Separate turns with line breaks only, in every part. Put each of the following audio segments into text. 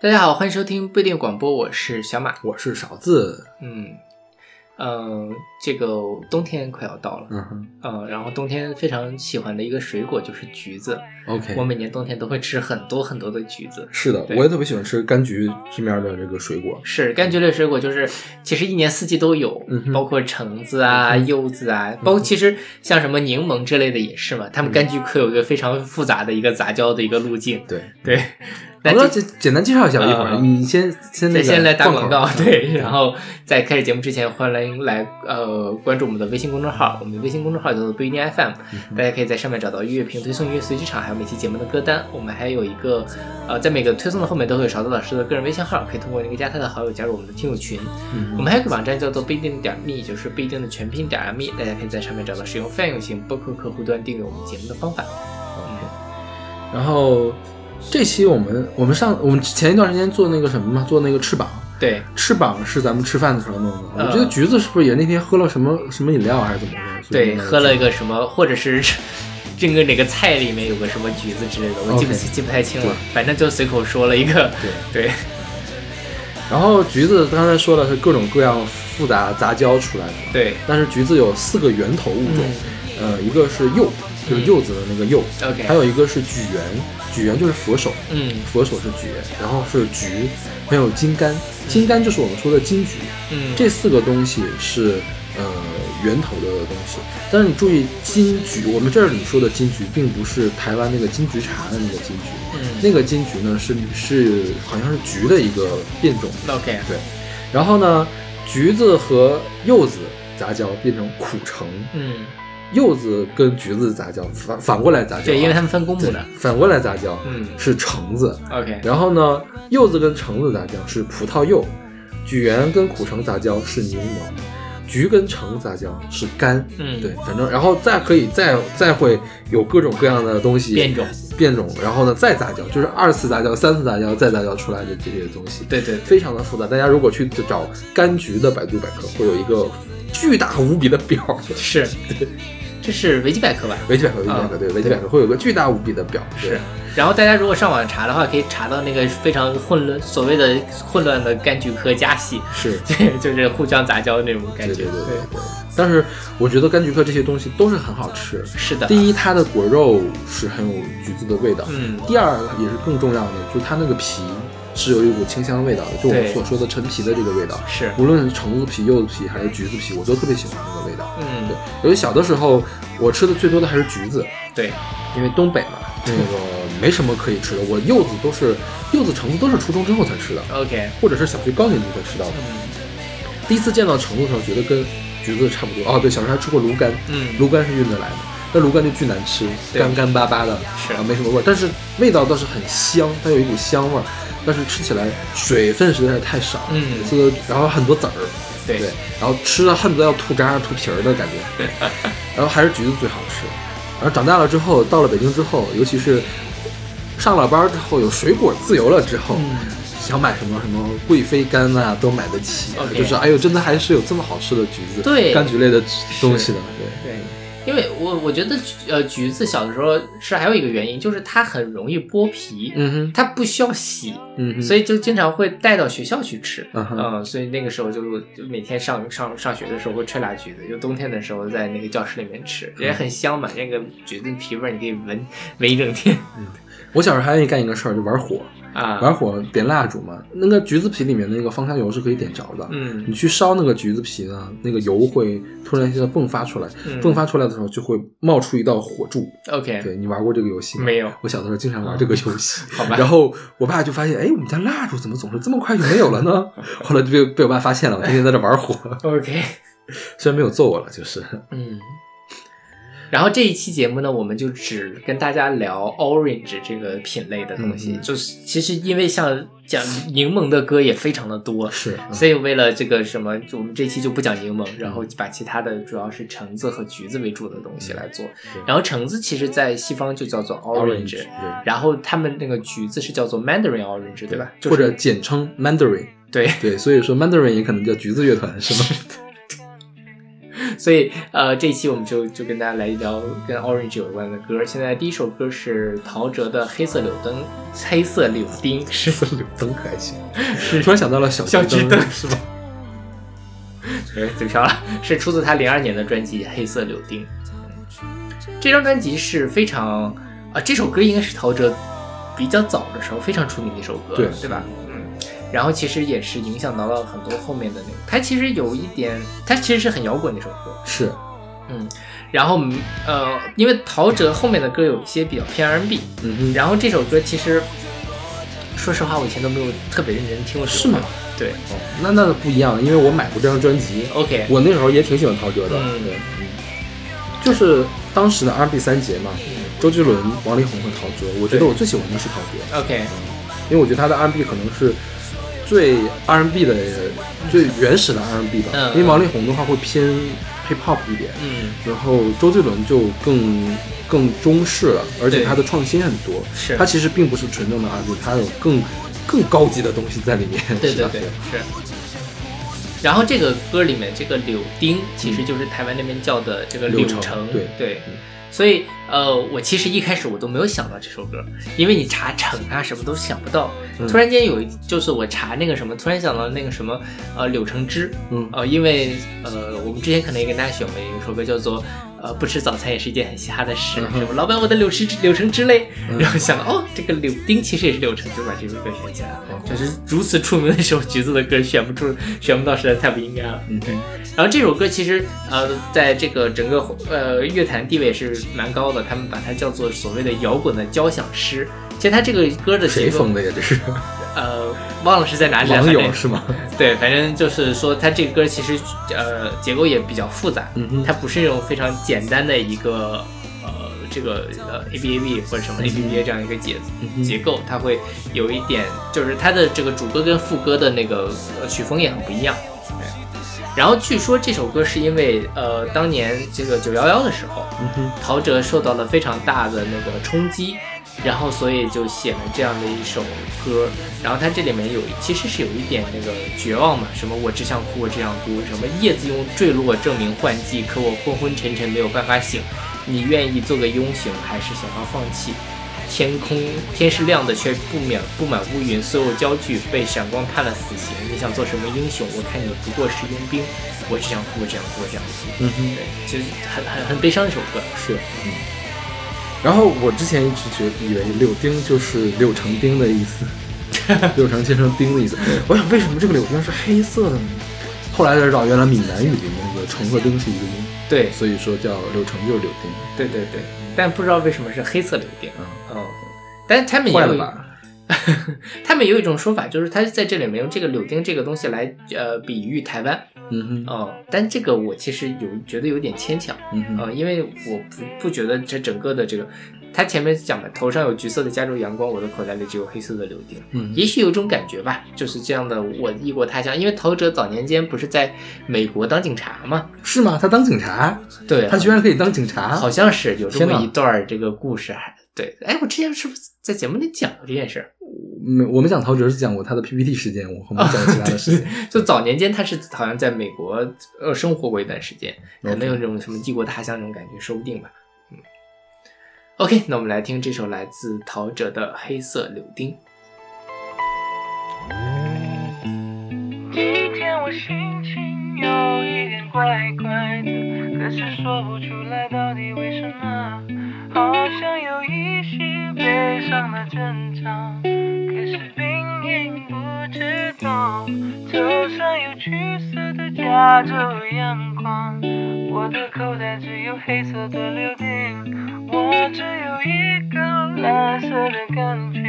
大家好，欢迎收听不一定广播，我是小马。
我是勺子，
嗯嗯、呃这个冬天快要到了，
嗯哼
呃，然后冬天非常喜欢的一个水果就是橘子，
，OK，
我每年冬天都会吃很多很多的橘子。
是的，
对
我也特别喜欢吃柑橘这面的这个水果，
是柑橘类水果，就是其实一年四季都有，
嗯哼
包括橙子啊、
嗯哼嗯
柚子啊，包括其实像什么柠檬之类的也是嘛。他们柑橘科有一个非常复杂的一个杂交的一个路径，
对，
对。
好
那
了，
这
简简单介绍一下吧，一会儿
嗯
你先先
先
那个
先来打广告
逛，会儿
对，然后在开始节目之前，欢迎来呃关注我们的微信公众号，我们的微信公众号叫做不一定 FM，大家
嗯
可以在上面找到音乐评推送、音乐随机场，还有每期节目的歌单。我们还有一个呃，在每个推送的后面都会有勺子老师的个人微信号，可以通过那个加他的好友加入我们的听友群。
嗯
我们还有个网站叫做不一定点 me，就是不一定的全拼点 me，大家可以在上面找到使用泛用型播客客户端订阅我们节目的方法。嗯
然后这期我们我们上我们前一段时间做那个什么嘛，做那个翅膀。
对，
翅膀是咱们吃饭的时候弄的，
嗯
我觉得橘子是不是也那天喝了什么什么饮料啊还是怎么回事？所以
对，
弄的
喝了一个什么，或者是 这个哪个菜里面有个什么橘子之类的，我记不
OK
记不太清了，反正就随口说了一个。对
然后橘子刚才说了是各种各样复杂杂交出来的，
对
但是橘子有四个源头物种，呃，一个是柚，就是柚子的那个柚，
，OK，
还有一个是举圆，举圆就是佛手，
嗯
佛手是举圆，然后是橘，还有金柑，金柑就是我们说的金桔，
嗯，
这四个东西是呃源头的东西。但是你注意金桔，我们这里说的金桔，并不是台湾那个金桔茶的那个金桔，
嗯
那个金桔呢是是好像是桔的一个变种，
OK，
对。然后呢，橘子和柚子杂交变成苦橙，
嗯，
柚子跟橘子杂交，反反过来杂交啊、
对，因为他们分公母
对
的，
反过来杂交，
嗯
是橙子。
，OK，
然后呢，柚子跟橙子杂交是葡萄柚，橘园跟苦橙杂交是柠檬，橘跟橙杂交是柑。
嗯
对，反正然后再可以再再会有各种各样的东西
变种，
变种，然后呢再杂交，就是二次杂交、三次杂交、再杂交出来的这些东西。
对对对
非常的复杂，大家如果去找柑橘的百度百科，会有一个巨大无比的表，
是， 这是维基百科吧？
维基百科，维基百科，
啊
对，维基百科会有个巨大无比的表，对
是。然后大家如果上网查的话，可以查到那个非常混乱、所谓的混乱的柑橘科家系，
是，
对，就是互相杂交那种感
对
觉。
对对对对。但是我觉得柑橘科这些东西都是很好吃。
是的。
第一，它的果肉是很有橘子的味道；
嗯，
第二，也是更重要的，就是它那个皮是有一股清香味道的，就我
对
们所说的陈皮的这个味道。
是，
无论是橙子皮、柚子皮还是橘子皮，我都特别喜欢那个味道。
嗯
对，，尤其小的时候，我吃的最多的还是橘子，
对，
因为东北嘛，那个没什么可以吃的。我柚子都是柚子、橙子都是初中之后才吃的，
OK，
或者是小学高年级才吃到的。
嗯
第一次见到橙子的时候，觉得跟橘子差不多。哦，对，小时候还吃过芦柑，
嗯，
芦柑是运着来的，但芦柑就巨难吃，
对
干干巴巴的，
是
啊，没什么味儿，但是味道倒是很香，它有一股香味儿，但是吃起来水分实在是太少，
嗯
每次都然后很多籽儿，
对
对，然后吃了恨不得要吐渣吐皮儿的感 觉，然后还是橘子最好吃。然后长大了之后，到了北京之后，尤其是上了班儿之后，有水果自由了之后，
嗯
想买什么什么贵妃柑啊，都买得起。
OK
就是哎呦，真的还是有这么好吃的橘子，
对
柑橘类的东西的，对，
对，因为我我觉得橘呃橘子小的时候是还有一个原因，就是它很容易剥皮，
嗯哼，
它不需要洗，
嗯哼，
所
以
以就经常会带到学校去吃。
嗯哼
嗯，所以那个时候就就每天上上上学的时候会揣俩橘子，就冬天的时候在那个教室里面吃，
嗯
也很香嘛。那个橘子皮味儿你可以闻闻一整天
我小时候还愿意干一个事儿，就玩火，玩
啊。
火点蜡烛嘛。那个橘子皮里面那个芳香油是可以点着的，
嗯
你去烧那个橘子皮呢，那个油会突然一下迸发出来，
嗯
迸发出来的时候就会冒出一道火柱。
，OK，
对你玩过这个游戏
嗯
吗？
没嗯有
我小的时候经常玩这个游戏。
好吧
然后我爸就发现，哎，我们家蜡烛怎么总是这么快就没有了呢？ 后来就被被我爸发现了，我天天在这玩火，
，OK。
虽然没有揍我了，就是
嗯，然后这一期节目呢，我们就只跟大家聊 orange 这个品类的东西，
嗯
就是其实因为像讲柠檬的歌也非常的多。
是。嗯
所以为了这个什么，就我们这期就不讲柠檬，然后把其他的主要是橙子和橘子为主的东西来做。
对
然后橙子其实在西方就叫做
嗯 orange，
orange，
对
然后他们那个橘子是叫做 mandarin orange，对吧？就是
或者简称 Mandarin，
对，
对，所以说 Mandarin 也可能叫橘子乐团，是吗？
所以呃，这一期我们就就跟大家来一聊跟 Orange 有关的歌。现在第一首歌是陶喆的《黑色柳灯》，黑色柳丁 是
黑色柳灯可还行？突然想到了小
小
桔
桔灯
是吧？
哎，嘴瓢了，是出自他零二年的专辑《黑色柳丁》。这张专辑是非常啊、这首歌应该是陶喆比较早的时候非常出名的一首歌，
对
对吧？嗯，然后其实也是影响到了很多后面的那个，他其实有一点，他其实是很摇滚的一首歌，
是，
嗯，然后嗯呃，因为陶喆后面的歌有一些比较偏 R&B，
嗯哼，
然后这首歌其实说实话我以前都没有特别认真听过这首
是吗
歌，对
哦那那不一样，因为我买过这张专辑，
，OK，
我那时候也挺喜欢陶喆的，
嗯
对，嗯就是当时的 R&B 三杰嘛，周杰伦、王力宏和陶喆，我觉得
对
我最喜欢的是陶喆，
OK，
因为我觉得他的 R&B 可能是最 R&B 的最原始的 R&B 吧，
嗯
因为王力宏的话会偏 hip hop 一点，
嗯，
然后周杰伦就更更中式了，而且
对
他的创新很多，
是
他其实并不是纯正的 R&B，他有更更高级的东西在里面，
对
是
对
吧
对，是。然后这个歌里面这个柳丁，其实就是台湾那边叫的这个
柳
城，
橙对嗯
所以呃，我其实一开始我都没有想到这首歌，因为你查橙啊什么都想不到。
嗯
突然间有一，就是我查那个什么，突然想到那个什么呃柳橙汁，
嗯
呃，因为呃我们之前可能也跟大家选过有一首歌叫做。呃，不吃早餐也是一件很嘻哈的事，
嗯哼
什么老板我的柳橙汁柳橙汁嘞，
嗯
然后想到哦，这个柳丁其实也是柳橙，就把这首歌选起来了。
哦
这是如此出名的一首橘子的歌，选不出选不到实在太不应该了。
嗯哼，
然后这首歌其实呃，在这个整个呃乐坛地位是蛮高的，他们把它叫做所谓的摇滚的交响诗。其实它这个歌的
谁
结构
封，的呀？这是
呃，忘了是在哪里了，
网
反
友
正
是吗？
对，反正就是说它这个歌其实呃结构也比较复杂，
嗯哼
它不是那种非常简单的一个呃这个呃 A B A B 或者什么 A B B A 这样一个节
嗯哼
结构，它会有一点，就是它的这个主歌跟副歌的那个呃曲风也很不一样。对然后据说这首歌是因为呃当年这个九幺幺的时候，
嗯哼，
陶喆受到了非常大的那个冲击，然后所以就写了这样的一首歌。然后他这里面有其实是有一点那个绝望嘛，什么我只想哭，我只想哭，什么叶子用坠落证明换季，可我昏昏沉沉没有办法醒。你愿意做个庸形，还是想要放弃？天空天是亮的，却布满布满乌云。所有焦距被闪光判了死刑。你想做什么英雄？我看你不过是佣兵。我只想哭，我只想哭，我只想哭。
嗯哼。
对，就是很很很悲伤的一首歌。
是，嗯。然后我之前一直觉以为柳丁就是柳成丁的 意思，柳成切成丁的意思。我想为什么这个柳丁是黑色的呢？后来才知道，原来闽南语里面那个橙和丁是一个音，
对
所以说叫柳成就是柳丁。
对对对，但不知道为什么是黑色柳丁。
嗯
嗯，但是他们也
坏了
有一
吧？
他们也有一种说法，就是他在这里面用这个柳丁这个东西来呃比喻台湾。
嗯哼，
嗯，但这个我其实有觉得有点牵强。
嗯哼，
呃，因为我不不觉得这整个的这个，他前面讲的头上有橘色的加州阳光，我的口袋里只有黑色的柳丁。
嗯哼，
也许有一种感觉吧，就是这样的。我异国他乡，因为陶喆早年间不是在美国当警察嘛？
是吗？他当警察，
对，
他居然可以当警察，
好像是有这
天
么
哪
一段儿这个故事，还对，哎，我之前是不是在节目里讲过这件事儿？
没，我们讲陶喆是讲过他的 PPT 事件，我们讲其他的事 情。
就早年间他是好像在美国呃生活过一段时间，可能
OK
有这种什么异国他乡这种感觉，说不定吧。嗯，OK，那我们来听这首来自陶喆的《黑色柳丁》。
今天我心情有一点怪怪的，可是说不出来到底为什么，好像有一些悲伤的征兆，可是明明不知道。头上有橘色的加州阳光，我的口袋只有黑色的柳丁，我只有一个蓝色的感觉，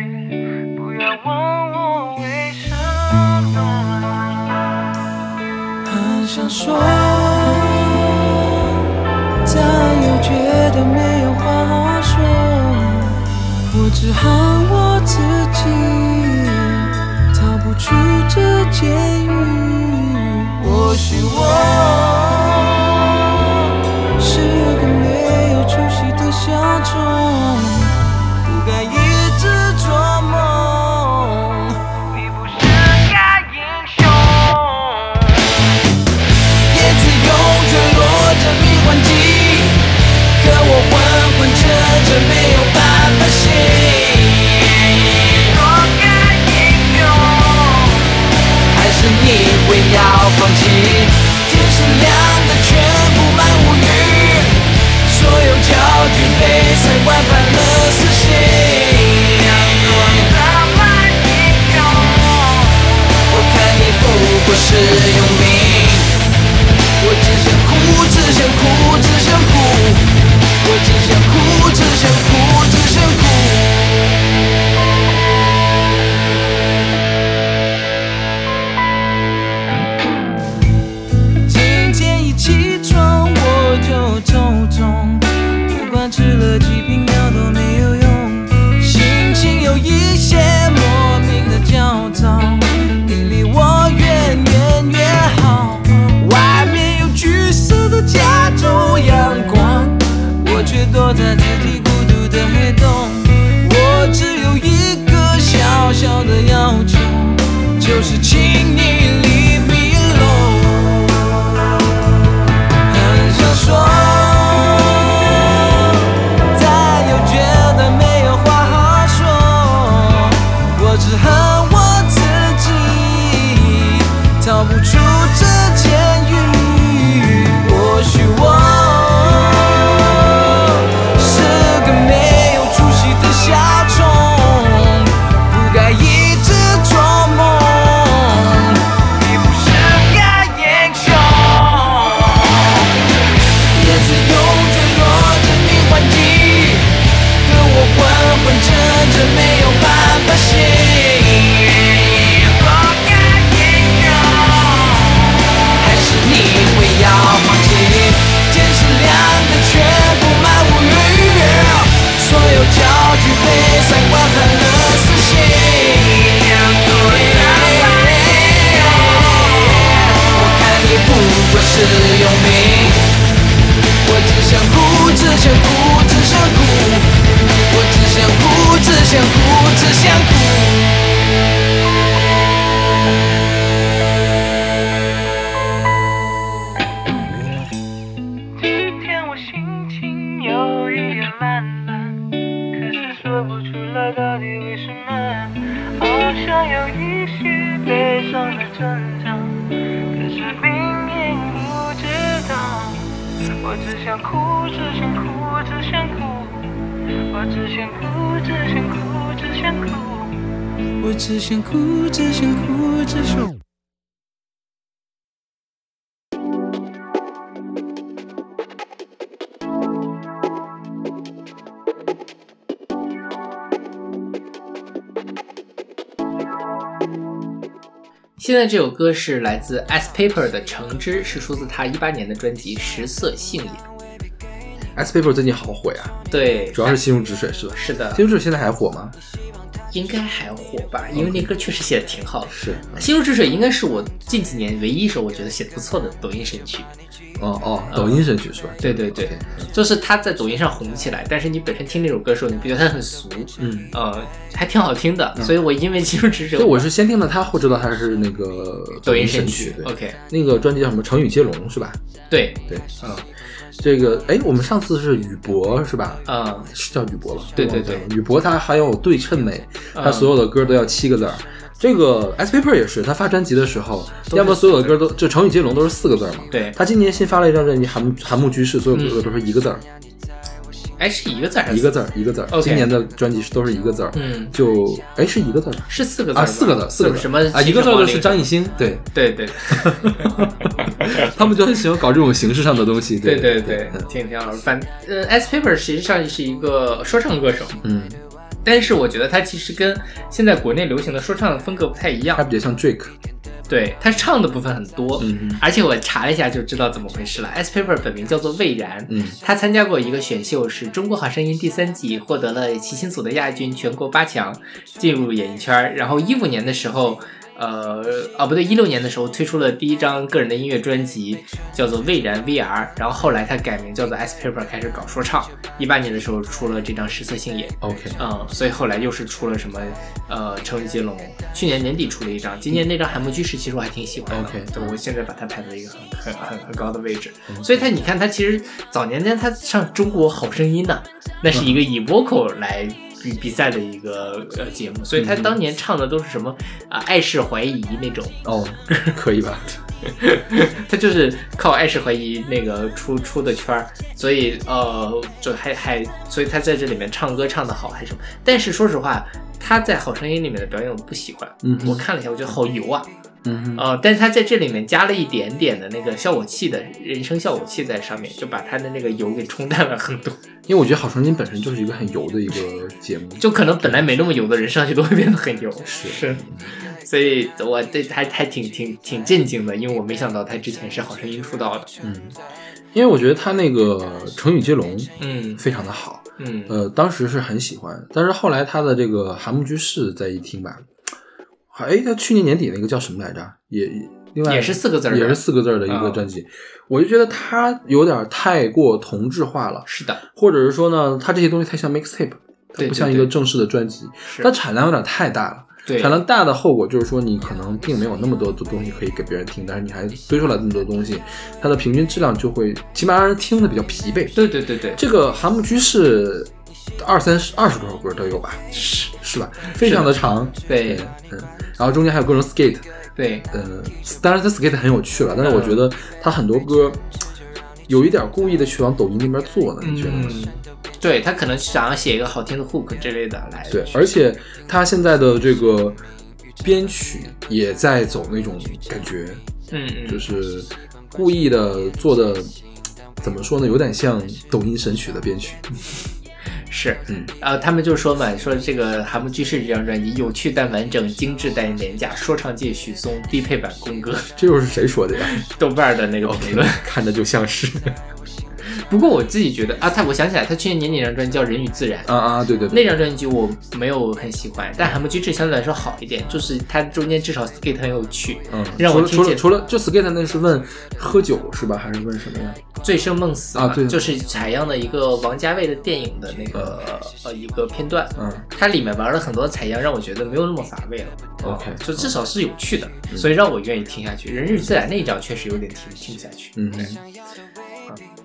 不要问我为什么。
很想说，但又觉得没有话说，我只恨我自己逃不出这监狱。或许我是个没有出息的小丑，不该一直做梦。
你不是个英雄。
叶子永坠落着只想哭。
今天我心情有一点烂烂，可是说不出来到底为什么，好像有一些悲伤的征兆，可是明明不知道，我只想哭，只想哭，只想哭，我只想哭，只想哭，只想哭。
我只想哭，只想哭，只想哭。
现在这首歌是来自 Ice Paper 的《橙汁》，是出自他一八年的专辑《食色性也》。
S Paper 最近好火呀，
对，
主要是心如止水是吧？
是的
心，如止水现在还火吗？
应该还火吧，因为那歌确实写的挺好的。
是，
《心如止水》应该是我近几年唯一一首我觉得写的不错的抖音神曲。
哦哦，抖音神曲是吧？
嗯对对对
OK，
就是他在抖音上红起来，但是你本身听那首歌的时候，你不觉得它很俗？
嗯，
呃，还挺好听的。所以我因为《心如止水
所以》，我是先听了他，后知道他是那个
抖音
神
神曲。
对
OK，
那个专辑叫什么？成语接龙是吧？
对，
对，
嗯
这个哎，我们上次是宇博是吧？
嗯，
是叫宇博吧？
对对对
忘记了宇博他还有对称美，
嗯
他所有的歌都要七个字儿。这个 S Paper 也是，他发专辑的时候，要么所有的歌都就成语接龙都是四个字儿嘛。
对嗯
他今年新发了一张专辑《寒木寒木居士》，所有歌都是一个字儿，
哎，是一个字儿还是
一个字儿，一个字儿。
OK
今年的专辑是都是一个字儿，
嗯
就哎是一个字儿
是四个字
啊，
儿吗
四个字儿，四个字儿
什么
啊，一个字儿的是张艺
艺。
兴， 对，
对 对
他们就很喜欢搞这种形式上的东西。
对对
对
对
嗯，
挺挺好玩。反呃，S Paper 实际上是一个说唱歌手，
嗯，
但是我觉得他其实跟现在国内流行的说唱风格不太一样
他。比较像 Drake，
对他唱的部分很多，
嗯哼
而且我查了一下就知道怎么回事了。S Paper 本名叫做魏然，
嗯
他参加过一个选秀，是《中国好声音》第三季，获得了齐秦组的亚军，全国八强，进入演艺圈儿。然后一五年的时候，呃，啊不对，一六年的时候推出了第一张个人的音乐专辑，叫做魏然 VR。然后后来他改名叫做 S Paper，开始搞说唱。一八年的时候出了这张《食色性也》，
，OK，
嗯，所以后来又是出了什么呃《成语接龙》，去年年底出了一张，今年那张《海木居士》其实我还挺喜欢的
OK
对我现在把它排在一个很很很很高的位置。所以他你看他其实早年间他上《中国好声音》呐，那是一个以 vocal 来。比比赛的一个呃节目，所以他当年唱的都是什么啊、爱是怀疑那种，
哦， 可 以吧？
他就是靠爱是怀疑那个出出的圈儿，所以呃，就还还，所以他在这里面唱歌唱得好还是什么。但是说实话，他在《好声音》里面的表演我不喜欢，
嗯哼
我看了一下，我觉得好油啊，
嗯哼。
呃，但是他在这里面加了一点点的那个效果器的人声效果器在上面，就把他的那个油给冲淡了很多，
因为我觉得《好声音》本身就是一个很油的一个节目，
就可能本来没那么油的人上去都会变得很油，
是
是。所以我对还还挺挺挺震惊的，因为我没想到他之前是《好声音》出道的，
嗯，因为我觉得他那个《成语接龙》
嗯
非常的好，
嗯。
呃，当时是很喜欢，但是后来他的这个《韩木居士》再一听吧，哎，他去年年底那个叫什么来着？也另外
也是四个字儿的啊
也是四个字儿的一个专辑，我就觉得他有点太过同质化了，
是的，
或者是说呢，他这些东西太像 mixtape，它
对对
不像一
对
个正式的专辑，
是
它产量有点太大了。
对
产量大的后果就是说，你可能并没有那么多的东西可以给别人听，但是你还堆出来那么多东西，它的平均质量就会起码让人听的比较疲惫。
对对对对，
这个韩木居士二三十二十多首歌都有吧，
是，
是吧？非常的长，
对
嗯，然后中间还有各种 skate，
对，
嗯，当然他 skate 很有趣了，但是我
嗯
觉得他很多歌有一点故意的去往抖音那边做呢，你觉得呢？
嗯，对他可能想要写一个好听的 hook 之类的来，
对，而且他现在的这个编曲也在走那种感觉，
嗯嗯，
就是故意的做的，怎么说呢？有点像抖音神曲的编曲。
是，
嗯，
呃，他们就说嘛，说这个《韩木居士》这张专辑有趣但完整，精致但廉价，说唱界许嵩低配版宫歌，
这又是谁说的呀？
豆瓣儿的那个评论，
看着就像是。
不过我自己觉得啊，他我想起来，他去年年底那张专辑叫《人与自然》，
啊啊，对对对，
那张专辑我没有很喜欢，但《寒木居志》相对来说好一点，就是它中间至少 skate 很有趣，
嗯，
让
除
我
了
听
除了
见
除了就 skate 那是问喝酒是吧？还是问什么呀？
醉生梦死嘛
啊对
就是采样的一个王家卫的电影的那个呃一个片段，
嗯，
它里面玩了很多采样，让我觉得没有那么乏味了。
OK 嗯
嗯就至少是有趣的，所以让我愿意听下去。人日自然那一张确实有点听听不下去。啊
嗯，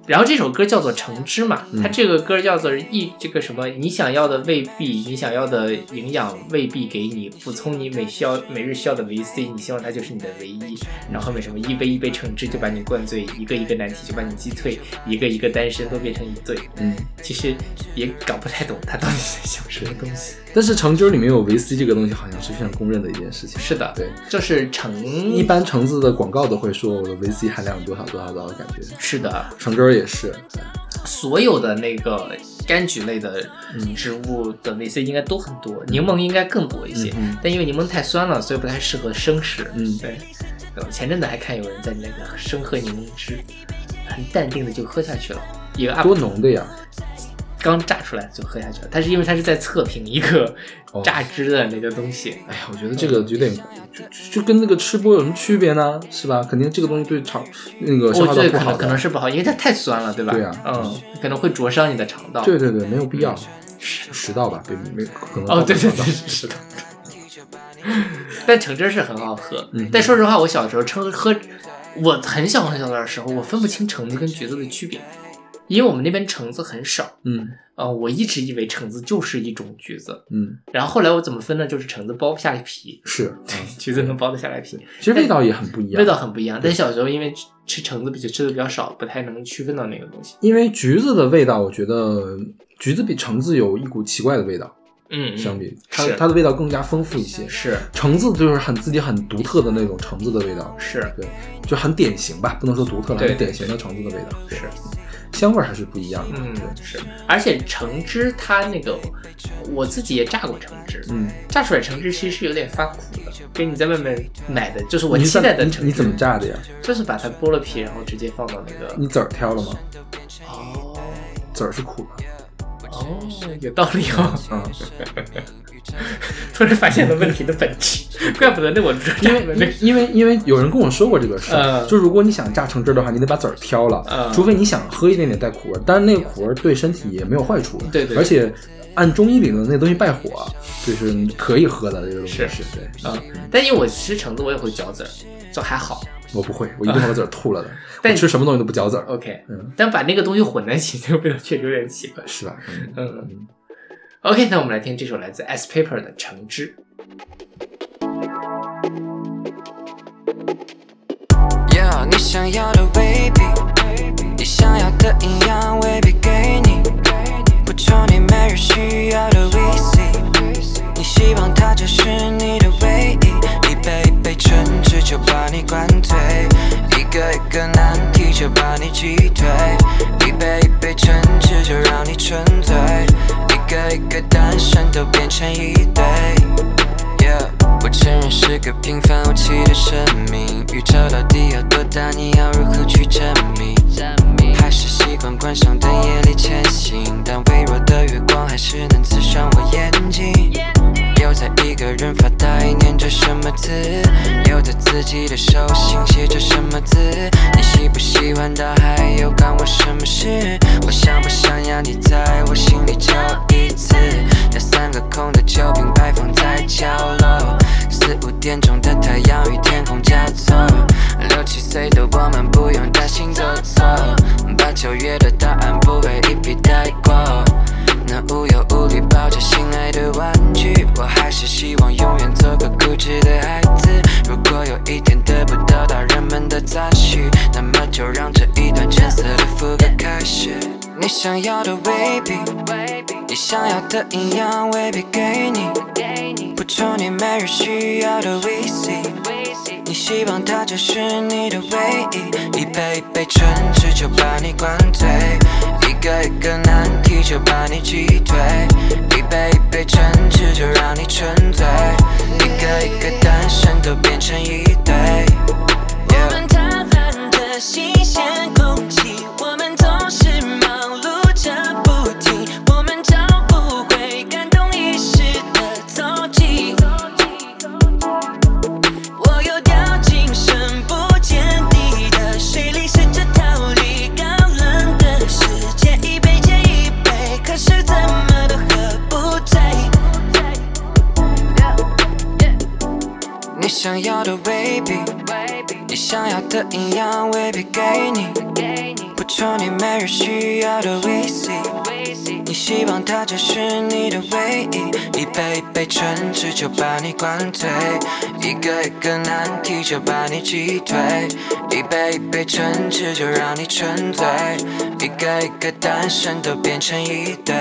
然后这首歌叫做《橙汁》嘛，
嗯
它这个歌叫做一这个什么，你想要的未必，你想要的营养未必给你，补充你每需要每日需要的维 C，你希望它就是你的唯
嗯
一。然后后面什么一杯一杯橙汁就把你灌醉，一个一个难题就把你击退，一个一个单身都变成一对。
嗯，
其实也搞不太懂他到底在想什么东西。
但是橙汁里面有维 C 这个东西，好像是非常公认的一件事情。
是的，
对，
就是橙，
一般橙子的广告都会说我的维 C 含量有多少多少多少，感觉
是的，
橙汁儿也是，
所有的那个柑橘类的
嗯
植物的维 C 应该都很多，柠檬应该更多一些，
嗯嗯
但因为柠檬太酸了，所以不太适合生食。
嗯
对。呃前阵子还看有人在那个生喝柠檬汁，很淡定的就喝下去了，一个 up
多浓的呀！
刚榨出来就喝下去了。它是因为它是在测评一个
哦
榨汁的那个东西，
哎呀，我觉得这个有点，就就跟那个吃播有什么区别呢？是吧？肯定这个东西对肠那个消
我
化
觉
道
得
不
哦可
好
能
的
可能是不好，因为它太酸了，对吧？
对啊
嗯，可能会灼伤你的肠道。
对对对，没有必要，食道吧，对，没可能
嗯哦，对对
肠道
对，是的。但橙汁是很好喝，
嗯
但说实话，我小时候橙喝，我很小很小的时候，我分不清橙子跟橘子的区别，因为我们那边橙子很少。
嗯
呃，我一直以为橙子就是一种橘子，
嗯
然后后来我怎么分呢？就是橙子剥不下来皮，
是，
橘子能剥得下来皮，
其实味道也很不一样，
味道很不一嗯样。但小时候因为吃吃橙子比较吃的比较少，不太能区分到那个东西。
因为橘子的味道，我觉得橘子比橙子有一股奇怪的味道，
嗯，嗯
相比它
是
它的味道更加丰富一些。
是
橙子就是很自己很独特的那种橙子的味道，
是
对，就很典型吧，不能说独特了，
对
很典型的橙子的味道，对
是，
香味儿还是不一样的。
嗯
对，
是。而且橙汁它那个，我自己也榨过橙汁，
嗯，
榨出来橙汁其实是有点发苦的，跟你在外面买的就是我
你
期
怎
待的
你
橙汁。
你怎么？榨的呀？
就是把它剥了皮，然后直接放到那个。
你籽儿挑了吗？
哦
籽儿是苦的，
哦，有道理哦！
嗯，
突然发现了问题的本质，怪不得那我
因
榨的那
为因为因为有人跟我说过这个事儿，
嗯
就如果你想榨橙汁的话，你得把籽儿挑了
嗯，
除非你想喝一点点带苦味儿，但是那个苦味儿对身体也没有坏处，
对对对
而且按中医理论，那东西败火，就是可以喝的这个东西
是
是对，
嗯，但因为我吃橙子我也会嚼籽儿，就还好。
我不会，我一定会把籽儿吐了的，
但哦
我吃什么东西都不嚼籽儿，
OK，
嗯，
但把那个东西混在一起，那个味道确实有点奇怪。
是吧？嗯
嗯嗯。OK，那我们来听这首来自 S Paper 的《橙汁》。
Yeah，你想要的未必，你想要的营养未必给你，补充你每日需要的维 C。你希望它就是你的唯一，一杯一杯橙汁就把你灌醉，一个一个难题就把你击退，一杯一杯橙汁就让你沉醉，一个一个单身都变成一对。Yeah，我承认是个平凡无奇的生命，宇宙到底有多大？你要如何去证明？还是习惯关上灯，夜里前行，但微弱的月光还是能刺伤我眼睛。又在一个人发呆，念着什么字？留在自己的手心写着什么字？你喜不喜欢大海，又干我什么事？我想不想要你在我心里就一次？那三个空的酒瓶摆放在角落，四五点钟的太阳与天空交错，六七岁的我们不用担心做错，八九月的答案不会一笔带过。那无忧无虑抱着心爱的玩具，我还是希望永远做个固执的孩子。如果有一天得不到大人们的赞许，那么就让这一段橙色的副歌开始。你想要的未必，你想要的营养未必给你，补充你每日需要的维 C。你希望它就是你的唯一，一杯一杯橙汁就把你灌醉，一个一个难题就把你击退，一杯一杯橙汁就让你沉醉，一个一个单身都变成一对。Yeah
我们贪婪的新鲜空气，我们总是冒
想要的未必，你想要的营养未必给你，补充你每日需要的维 C。你希望它只是你的唯一，一杯一杯橙汁就把你灌醉，一个一个难题就把你击退，一杯一杯橙汁就让你沉醉，一个一个单身都变成一对。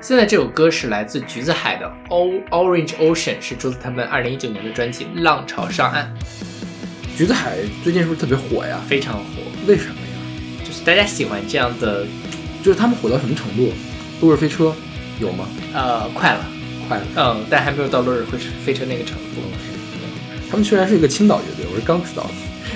现在这首歌是来自橘子海的《O Orange Ocean》，是出自他们二零一九年的专辑《浪潮上岸》，
橘子海最近是不是特别火呀？
非常火，
为什么呀？
就是大家喜欢这样的
就是他们火到什么程度？落日飞车有吗？
呃快了，
快了。
嗯，但还没有到落日会飞车那个程度。
他们居然是一个青岛乐队，我是刚知道的。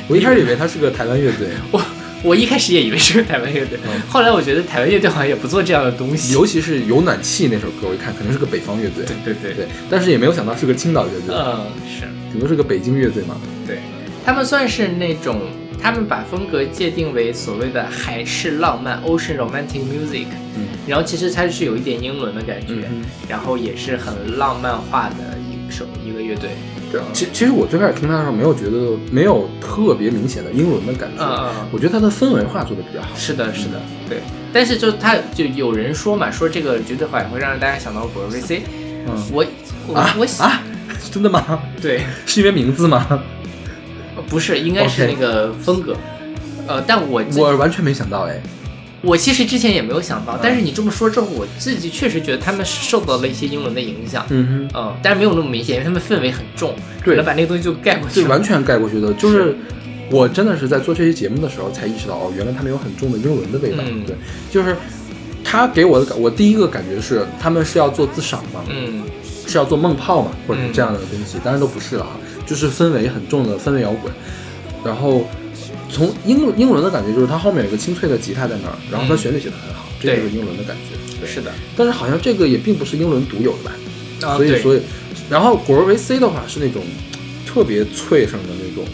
我一开始以为他是个台湾乐队，
我我一开始也以为是个台湾乐队，
嗯
后来我觉得台湾乐队好像也不做这样的东西。
尤其是有暖气那首歌，我一看肯定是个北方乐队。
对对对，
对，但是也没有想到是个青岛乐队，
嗯是。
顶多是个北京乐队嘛。
对，他们算是那种，他们把风格界定为所谓的海式浪漫 （Ocean Romantic Music），
嗯
然后其实它是有一点英伦的感觉，
嗯
然后也是很浪漫化的一首一个乐队。
对，其其实我最开始听他的时候，没有觉得没有特别明显的英伦的感觉，
嗯嗯
我觉得他的氛围化做的比较好。
是的，是的，对。但是就他就有人说嘛，说这个绝对好也会让大家想到 b o r i c
嗯
我我、
啊
我喜、
啊，真的吗？
对，
是因为名字吗？
不是，应该是
OK
那个风格。呃，但我自
我完全没想到哎。
我其实之前也没有想到，但
嗯
是你这么说之后，我自己确实觉得他们是受到了一些英伦的影响。
嗯哼，
嗯，但是没有那么明显，因为他们氛围很重，
对
可能把那个东西就盖过去
就
了。
完全盖过去的，就是我真的是在做这期节目的时候才意识到，哦，原来他们有很重的英伦的味道。
嗯
对，就是他给我的感，我第一个感觉是他们是要做自赏嘛，
嗯，
是要做梦泡嘛，或者是
嗯
这样的东西，当然都不是了哈，就是氛围很重的氛围摇滚，然后从英伦英伦的感觉就是它后面有一个清脆的吉他在那儿，然后它
嗯
旋律写的很好，这
对
就是英伦的感觉。对，
是的，
但是好像这个也并不是英伦独有的吧，
啊
所以
对
所以，然后果儿维 C 的话是那种特别脆生的那种。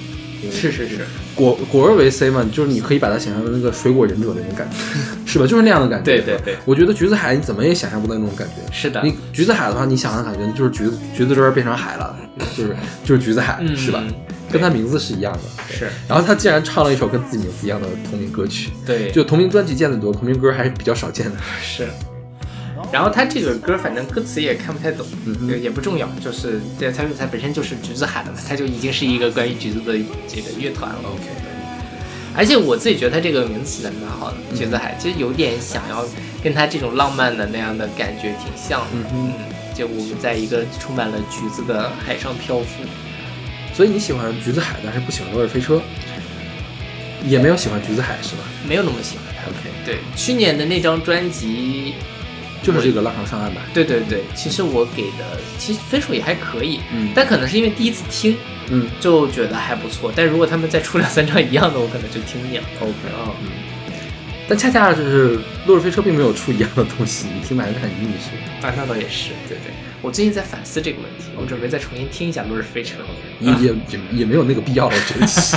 是是是，
果果儿维 C 嘛，就是你可以把它想象成那个水果忍者那种 感觉，是吧？就是那样的感觉。
对对对
我觉得橘子海你怎么也想象不到那种感觉。
是的
你橘子海的话，你想象感觉就是橘子橘子汁儿变成海了，就是就是橘子海，
嗯
是吧
嗯？
跟他名字是一样的。
是
然后他竟然唱了一首跟自己名字一样的同名歌曲，
对，
就同名专辑见得多，同名歌还是比较少见的。
是。然后他这个歌，反正歌词也看不太懂，
嗯哼
对也不重要，就是对，他说他本身就是橘子喊的嘛，他就已经是一个关于橘子的这个乐团了。
OK，
而且我自己觉得他这个名字起的蛮好的，橘子
嗯
海其实有点想要跟他这种浪漫的那样的感觉挺像的，
嗯
嗯
哼，
就我们在一个充满了橘子的海上漂浮，
所以你喜欢橘子海，但是不喜欢《落日飞车》，也没有喜欢橘子海是吧
没有那么喜欢他。
？OK，
对，去年的那张专辑，
就是这个浪潮上岸吧。
对对对，其实我给的其实分数也还可以，
嗯
但可能是因为第一次听
嗯
就觉得还不错，但如果他们再出两三张一样的，我可能就听不了。
，OK，
嗯，
嗯，但恰恰就是《落日飞车》并没有出一样的东西，你听的还是很腻是吧？
啊，那倒也是，对对，我最近在反思这个问题，我准备再重新听一下《落日飞车》。
也也也也没有那个必要了，我觉得 其实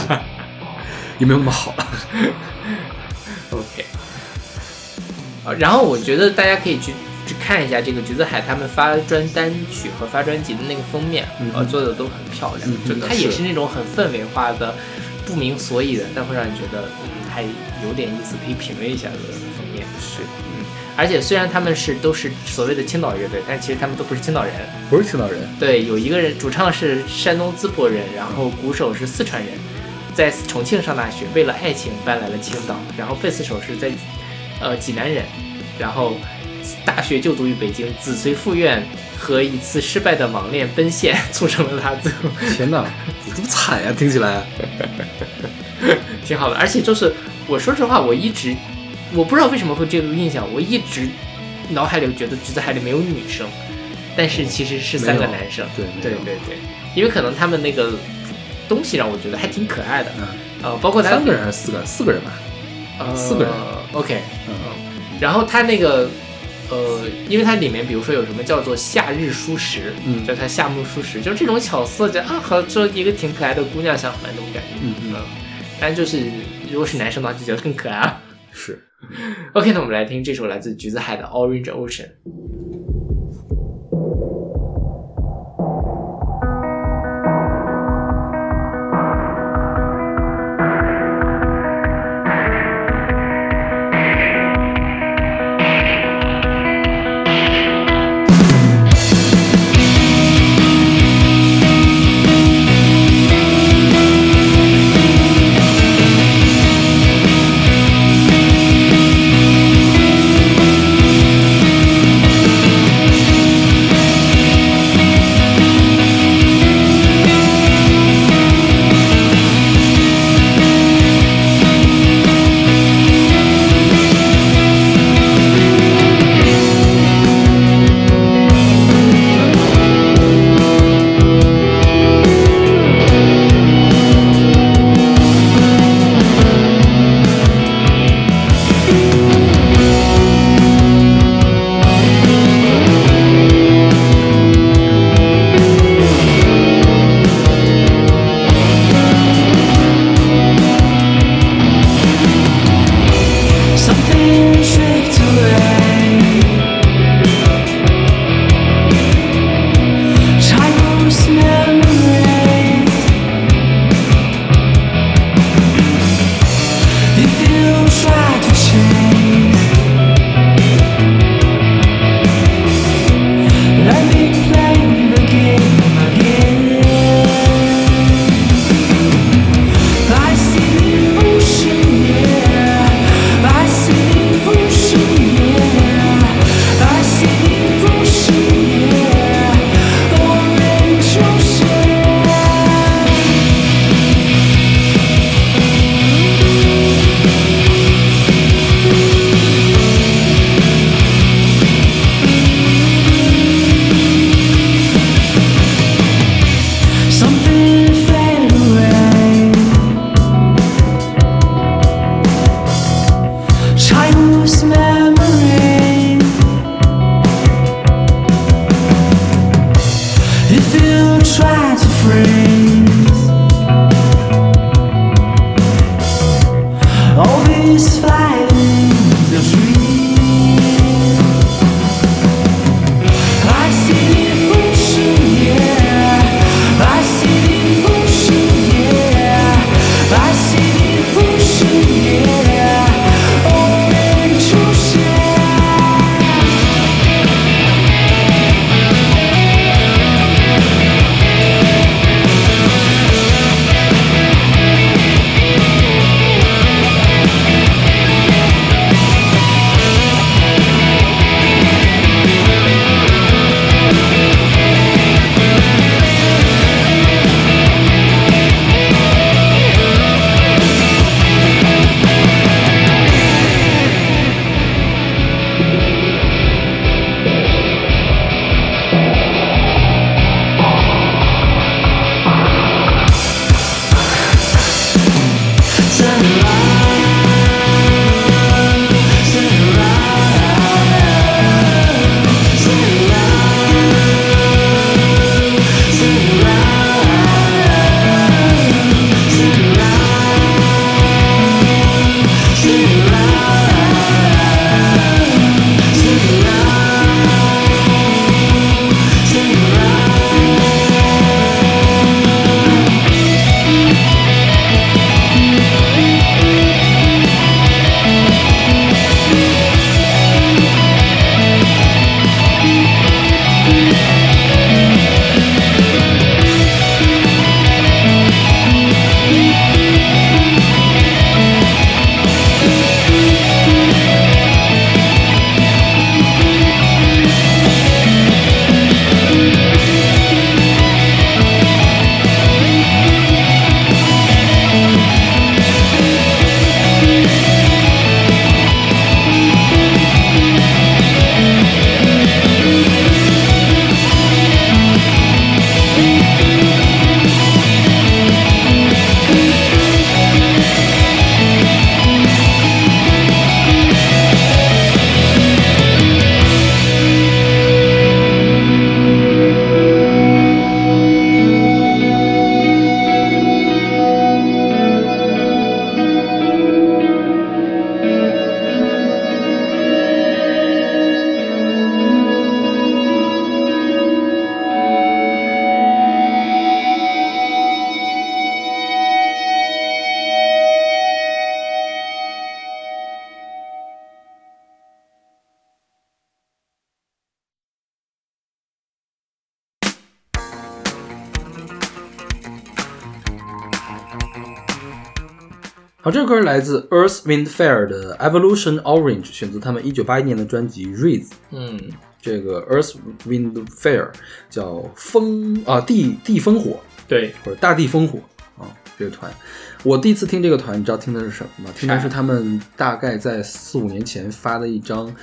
也没有那么好了。
OK。呃，然后我觉得大家可以去去看一下这个橘子海他们发专单曲和发专辑的那个封面，
嗯
呃，做的都很漂亮，
嗯
就
真的
它也
是
是那种很氛围化的、不明所以的，但会让你觉得嗯还有点意思，可以品味一下的封面。
是，
嗯，而且虽然他们是都是所谓的青岛乐队，但其实他们都不是青岛人。
不是青岛人，
对，有一个人主唱是山东淄博人，然后鼓手是四川人，在重庆上大学，为了爱情搬来了青岛，然后贝斯手是在呃济南人，然后大学就读于北京，子随父愿和一次失败的网恋奔现， 促成了他最后
天哪，这么惨呀、听起来。
挺好的，而且就是我说实话，我一直我不知道为什么会这个印象，我一直脑海里觉得橘子海里没有女生，但是其实是三个
没有
男生，
对
对
没有
对对，因为可能他们那个东西让我觉得还挺可爱的，
嗯，
呃，包括他
三个人还是四个？四个人吧。
呃
四个人
，OK，
嗯
嗯，然后它那个呃，因为它里面比如说有什么叫做夏日蔬食，
嗯
叫它夏目蔬食，就这种巧思，就啊，好，就一个挺可爱的姑娘想法那种感觉，呃
嗯嗯
但就是如果是男生的话，就觉得更可爱啊了。
是
OK，那我们来听这首来自橘子海的《Orange Ocean》。
我
好，这首歌来自 Earth Wind Fire 的 Evolution Orange，选择他们一九八一年的专辑 Raise。
嗯
这个 Earth Wind Fire 叫风啊地地风火
对，
或者大地风火啊这个团，我第一次听这个团，你知道听的是什么吗？听的是他们大概在四五年前发的一张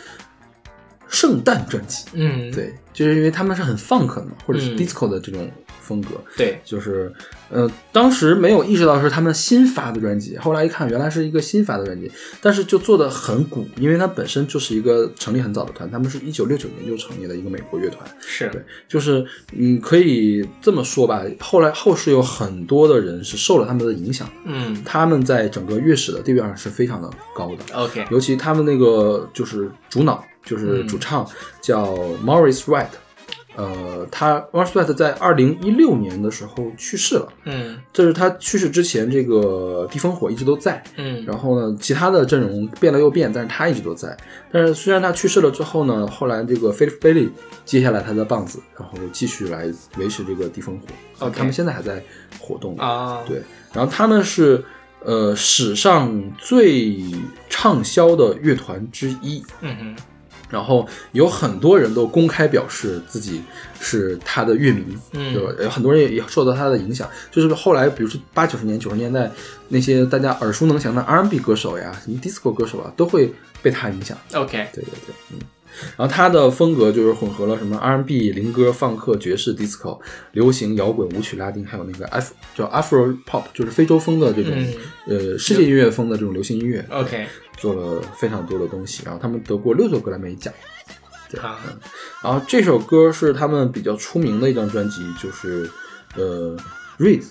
圣诞专辑。
嗯
对，就是因为他们是很 funk 的嘛，或者是
嗯
disco 的这种风格，
对
就是呃，当时没有意识到是他们新发的专辑，后来一看原来是一个新发的专辑，但是就做的很鼓，因为它本身就是一个成立很早的团，他们是一九六九年就成立的一个美国乐团，对
是，
就是嗯，可以这么说吧，后来后世有很多的人是受了他们的影响，
嗯
他们在整个乐史的地位上是非常的高的，
，OK，
尤其他们那个就是主脑，就是主唱、叫 Morris White，呃，他 Morris White 在二零一六年的时候去世了，
嗯
这是他去世之前，这个地风火一直都在。
嗯，
然后呢，其他的阵容变了又变，但是他一直都在。但是虽然他去世了之后呢，后来这个 Philip Bailey 接下来他的棒子，然后继续来维持这个地风火。
OK
他们现在还在活动。
啊，
对，然后他们是呃史上最畅销的乐团之一，
嗯哼，
然后有很多人都公开表示自己是他的乐迷，
嗯
对吧？有很多人也也受到他的影响，就是后来比如说八九十年九十年代那些大家耳熟能详的 R&B 歌手呀，什么 disco 歌手啊，都会被他影响。
，OK，
对对对，嗯。然后他的风格就是混合了什么 R&B、灵歌、放克、爵士、disco、流行、摇滚、舞曲、拉丁，还有那个 Af 叫 Afro Pop，就是非洲风的这种、呃世界音乐风的这种流行音乐。
，OK，
做了非常多的东西，然后他们得过六座格莱美奖。对
啊，
嗯然后这首歌是他们比较出名的一张专辑，就是呃《Raise》。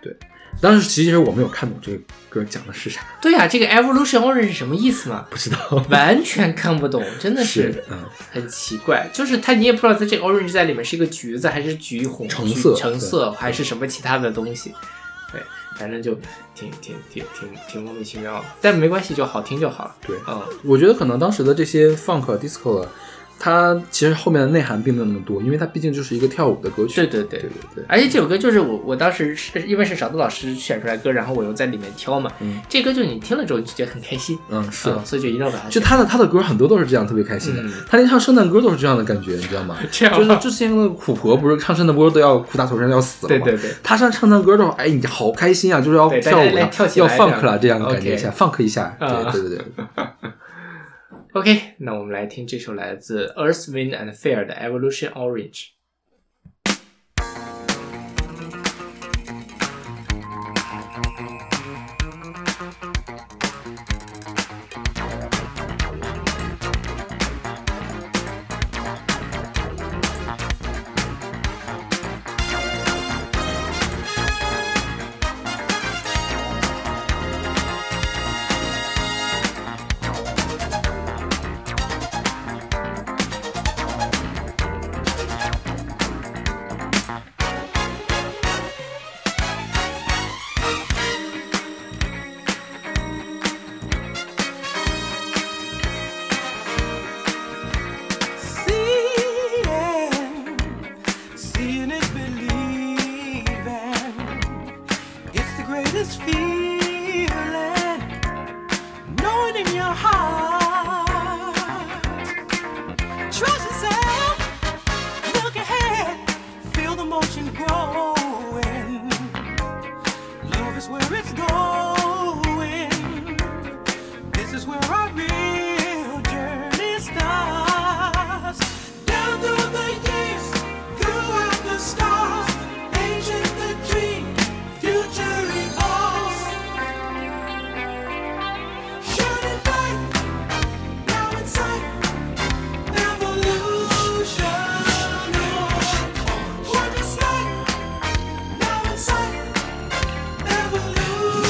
对，当时其实我没有看懂这个歌讲的是啥，
对呀，这个 evolution orange 是什么意思嘛？
不知道。
完全看不懂，真的
是
是，
嗯，
很奇怪，就是它你也不知道在这个 orange 在里面是一个橘子还是橘红、
橙
橘
色
橙色还是什么其他的东西，对，反正就挺挺挺挺挺莫名其妙的，但没关系，就好听就好了。
对
嗯，
我觉得可能当时的这些 funk 啊、disco 啊，它其实后面的内涵并没有那么多，因为它毕竟就是一个跳舞的歌曲。
对对对
对
哎
对。对
而且这首歌就是我，我当时是因为是勺子老师选出来歌，然后我又在里面挑嘛。
嗯
这歌就是你听了之后你就觉得很开心，
嗯，是。
嗯所以就一定要把它
就
选。
他的他的歌很多都是这样，特别开心的
嗯。
他连唱圣诞歌都是这样的感觉，你知道吗？
这样啊
就是
吗
之前那个苦婆不是唱圣诞歌都要苦大仇深要死了
对
吗？
对对，
他唱圣诞歌的时候，哎，你好开心啊，就是要
对
跳舞
大家来
了，
跳起
要
来
funk 了这
这
样
样
的感觉一下
OK
，funk 一下，
啊
对对对对，
OK，那我们来听这首来自 Earth, Wind and Fire 的 Evolution Orange。
Seeing, seeing is believing. It's the greatest feeling, knowing in your heart. Trust yourself, look ahead, feel the motion growing. Love is where it's going. This is where our real journey starts. Down through the years, throughout the stars, ancient the dream, future evolves. Shining bright, now in sight. Evolution, what is light? Now in sight. Evolution.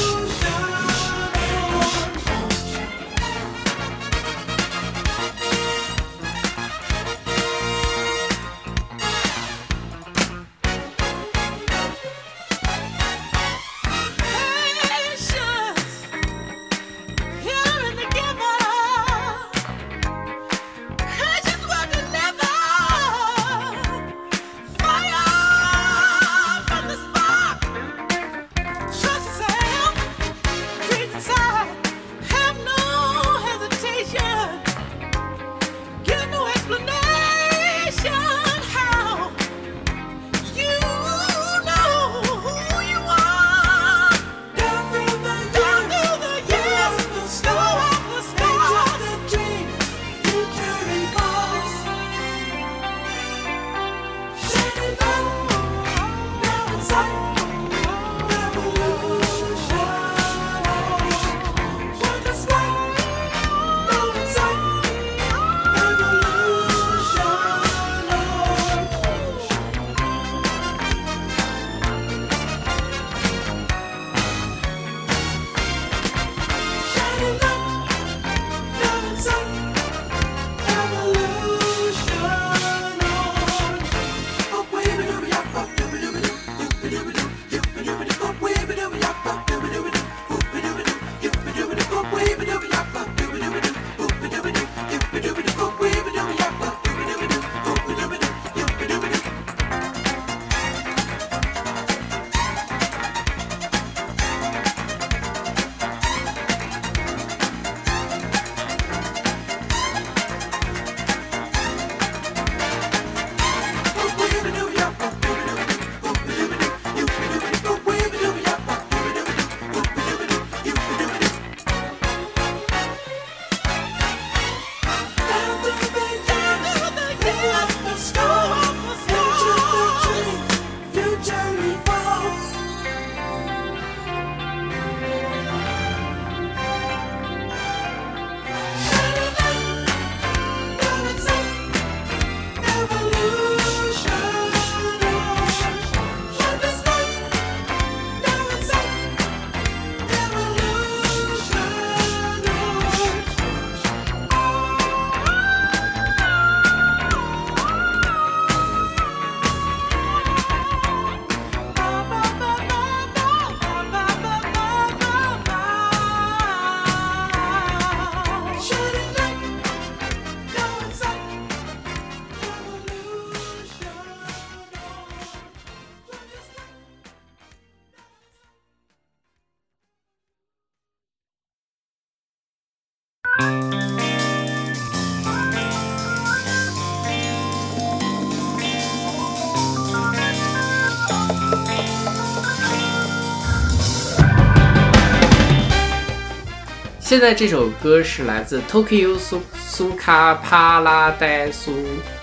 现在这首歌是来自 Tokyo 苏苏卡帕拉代苏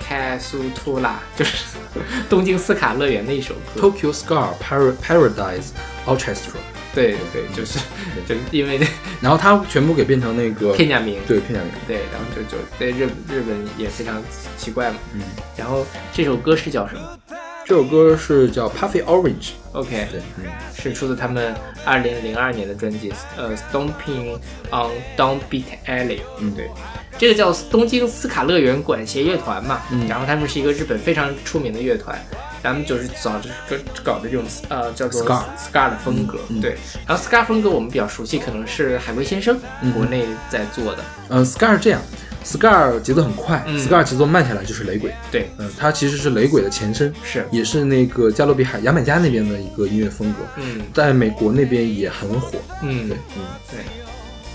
开苏图拉，就是东京斯卡乐园的一首歌。
Tokyo Scar Par- Paradise Orchestra，
对对，就是 就因为
然后它全部给变成那个
片假名，
对片假名，
对，然后就就在日日本也非常奇怪嘛。
嗯，
然后这首歌是叫什么
这首歌是叫 Puffy Orange，
？OK，
对，嗯，
是出自他们二零零二年的专辑呃《Stomping on Downbeat Alley》。
嗯
对，这个叫东京斯卡乐园管弦乐团嘛，
嗯
然后他们是一个日本非常出名的乐团，咱们就是早就是搞搞的这种呃叫做
Ska
ska 的风格，
嗯嗯
对。然后 ska 风格我们比较熟悉，可能是海龟先生、
嗯
国内在做的，
呃，Scar 是这样，Scar 节奏很快、
嗯
s c a r 节奏慢下来就是雷鬼，
对，
嗯、它其实是雷鬼的前身，
是，
也是那个加勒比海牙买加那边的一个音乐风格，
嗯
在美国那边也很火，
嗯
对，嗯，
对。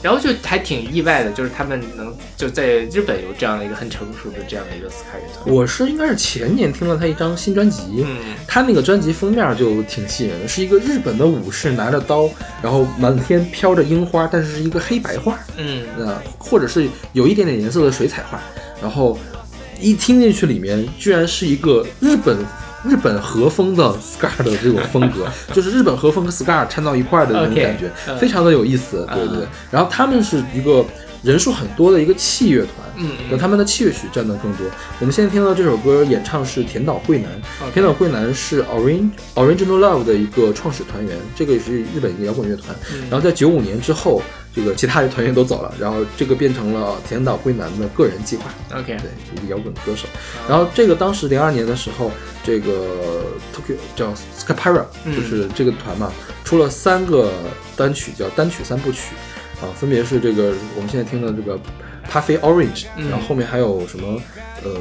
然后就还挺意外的，就是他们能就在日本有这样的一个很成熟的这样的一个 ska 乐团，
我是应该是前年听了他一张新专辑，
嗯。
他那个专辑封面就挺吸引人的，是一个日本的武士拿着刀，然后满天飘着樱花，但是是一个黑白画，
嗯
呃，或者是有一点点颜色的水彩画，然后一听进去里面居然是一个日本日本和风的 scar 的这种风 格，就是日本和风和 scar 掺到一块儿的那种
OK，
感觉
嗯
非常的有意思，对对对。然后他们是一个人数很多的一个器乐团，
嗯嗯
那他们的器乐曲占的更多。我们现在听到这首歌演唱是田岛惠男
OK
田岛惠男是 Orange Original Love 的一个创始团员，这个也是日本一个摇滚乐团。
嗯
然后在九五年之后，这个其他的团员都走了，然后这个变成了田岛惠男的个人计划，
，OK，
对，一个摇滚歌手。
啊
然后这个当时零二年的时候，这个 Tokyo 叫 Scapara，
嗯
就是这个团嘛，出了三个单曲，叫单曲三部曲，啊，分别是这个我们现在听的这个 Puffy Orange，
嗯
然后后面还有什么呃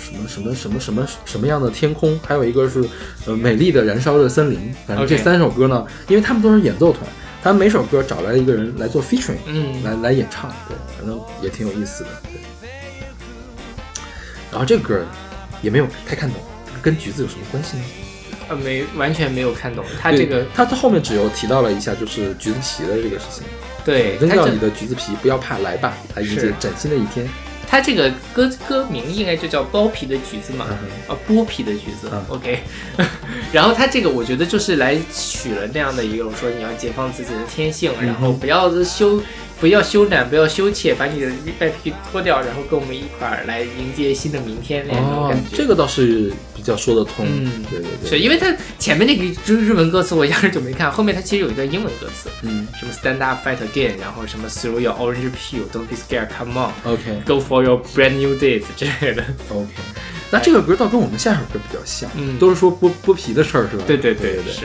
什么什么什么什么什么样的天空，还有一个是呃美丽的燃烧的森林，反正这
OK
三首歌呢，因为他们都是演奏团，他们每首歌找来一个人来做 featuring，
嗯
来来演唱，对，反正也挺有意思的。对。然后这个歌也没有太看懂，跟橘子有什么关系呢？
呃，没完全没有看懂他
对
这个，
它它后面只有提到了一下，就是橘子皮的这个事情。
对
扔
他
掉
这
你哎的橘子皮，不要怕，来吧，来迎接
哎是
崭新的一天。
他这个歌歌名应该就叫剥皮的橘子嘛，
嗯
啊剥皮的橘子
嗯
，OK。然后他这个我觉得就是来取了那样的一种说你要解放自己的天性，然
嗯
后不要羞不要羞赧，不要羞怯，把你的外皮脱掉，然后跟我们一块儿来迎接新的明天那种
哦
哎感，觉。
这个倒是比较说得通。
嗯
对对
是
对，
因为他前面那个日日文歌词我压根儿就没看，后面他其实有一段英文歌词，
嗯
什么 Stand Up Fight Again，然后什么 Through Your Orange Peel，Don't Be Scared，Come On。
，OK
Go for your brand new days 之类的，
OK。那这个歌倒跟我们下一首歌比较像，
嗯
都是说剥剥皮的事儿是吧？
对对
对
对
对，
是。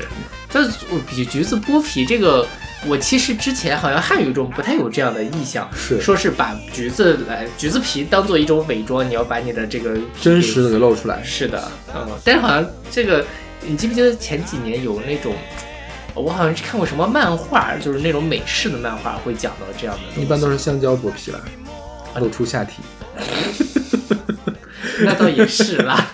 但是我比橘子剥皮这个，我其实之前好像汉语中不太有这样的意向，
是
说是把橘子来橘子皮当做一种伪装，你要把你的这个皮
真实的给露出来。
是的，嗯，但是好像这个，你记不记得前几年有那种，我好像是看过什么漫画，就是那种美式的漫画会讲到这样的东西，
一般都是香蕉剥皮了，露出下体。
啊那倒也是 啦。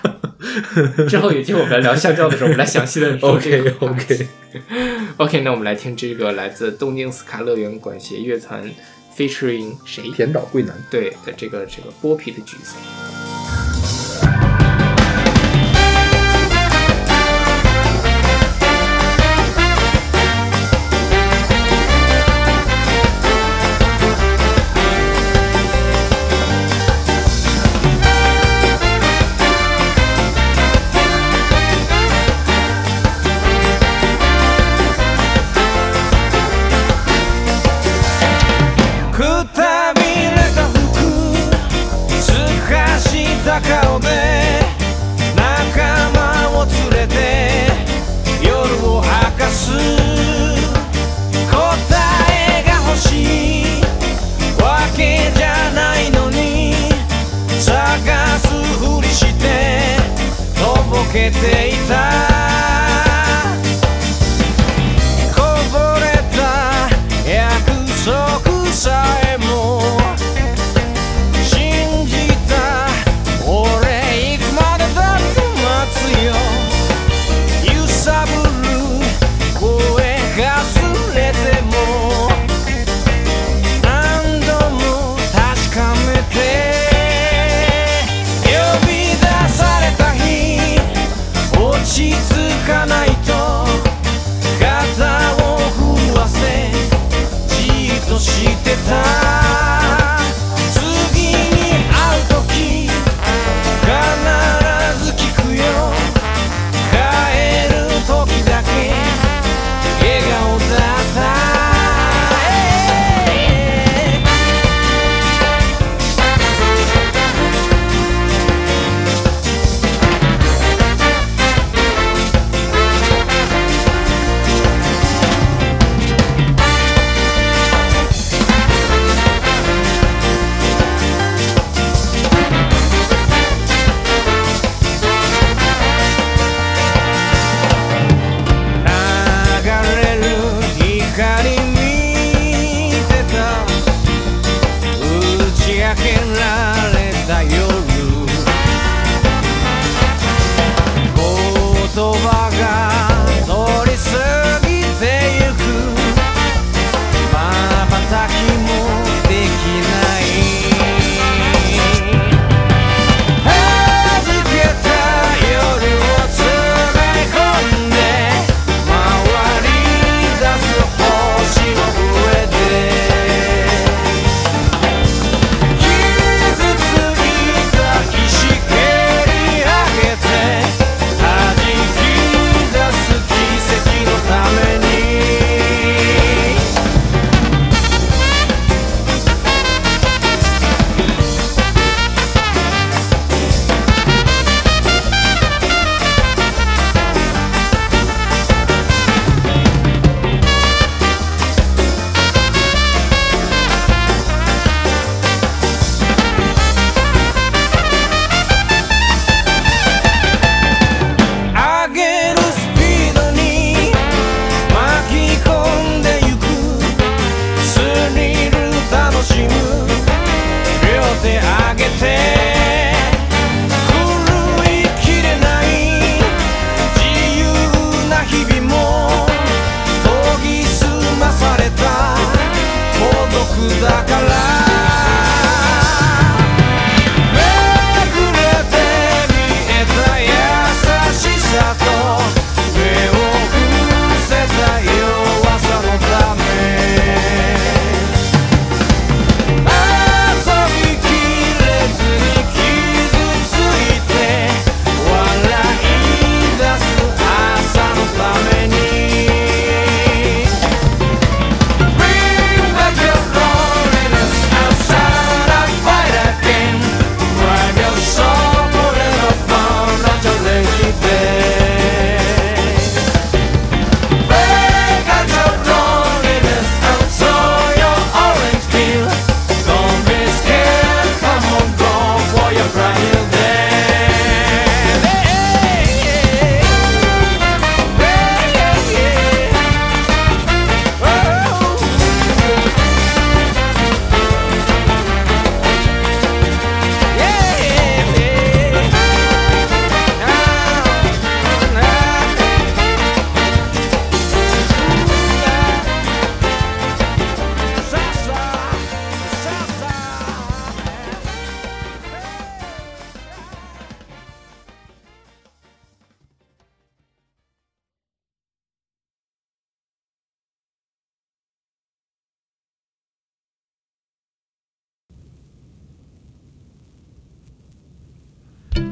之后有机会我们来聊香蕉的时候，我们来详细的说这个话题
OK，
OK，那我们来听这个来自东京斯卡乐园管弦乐团 featuring 谁？
田岛贵男。
对的，这个这个剥皮的橘子。
くたびれた服すは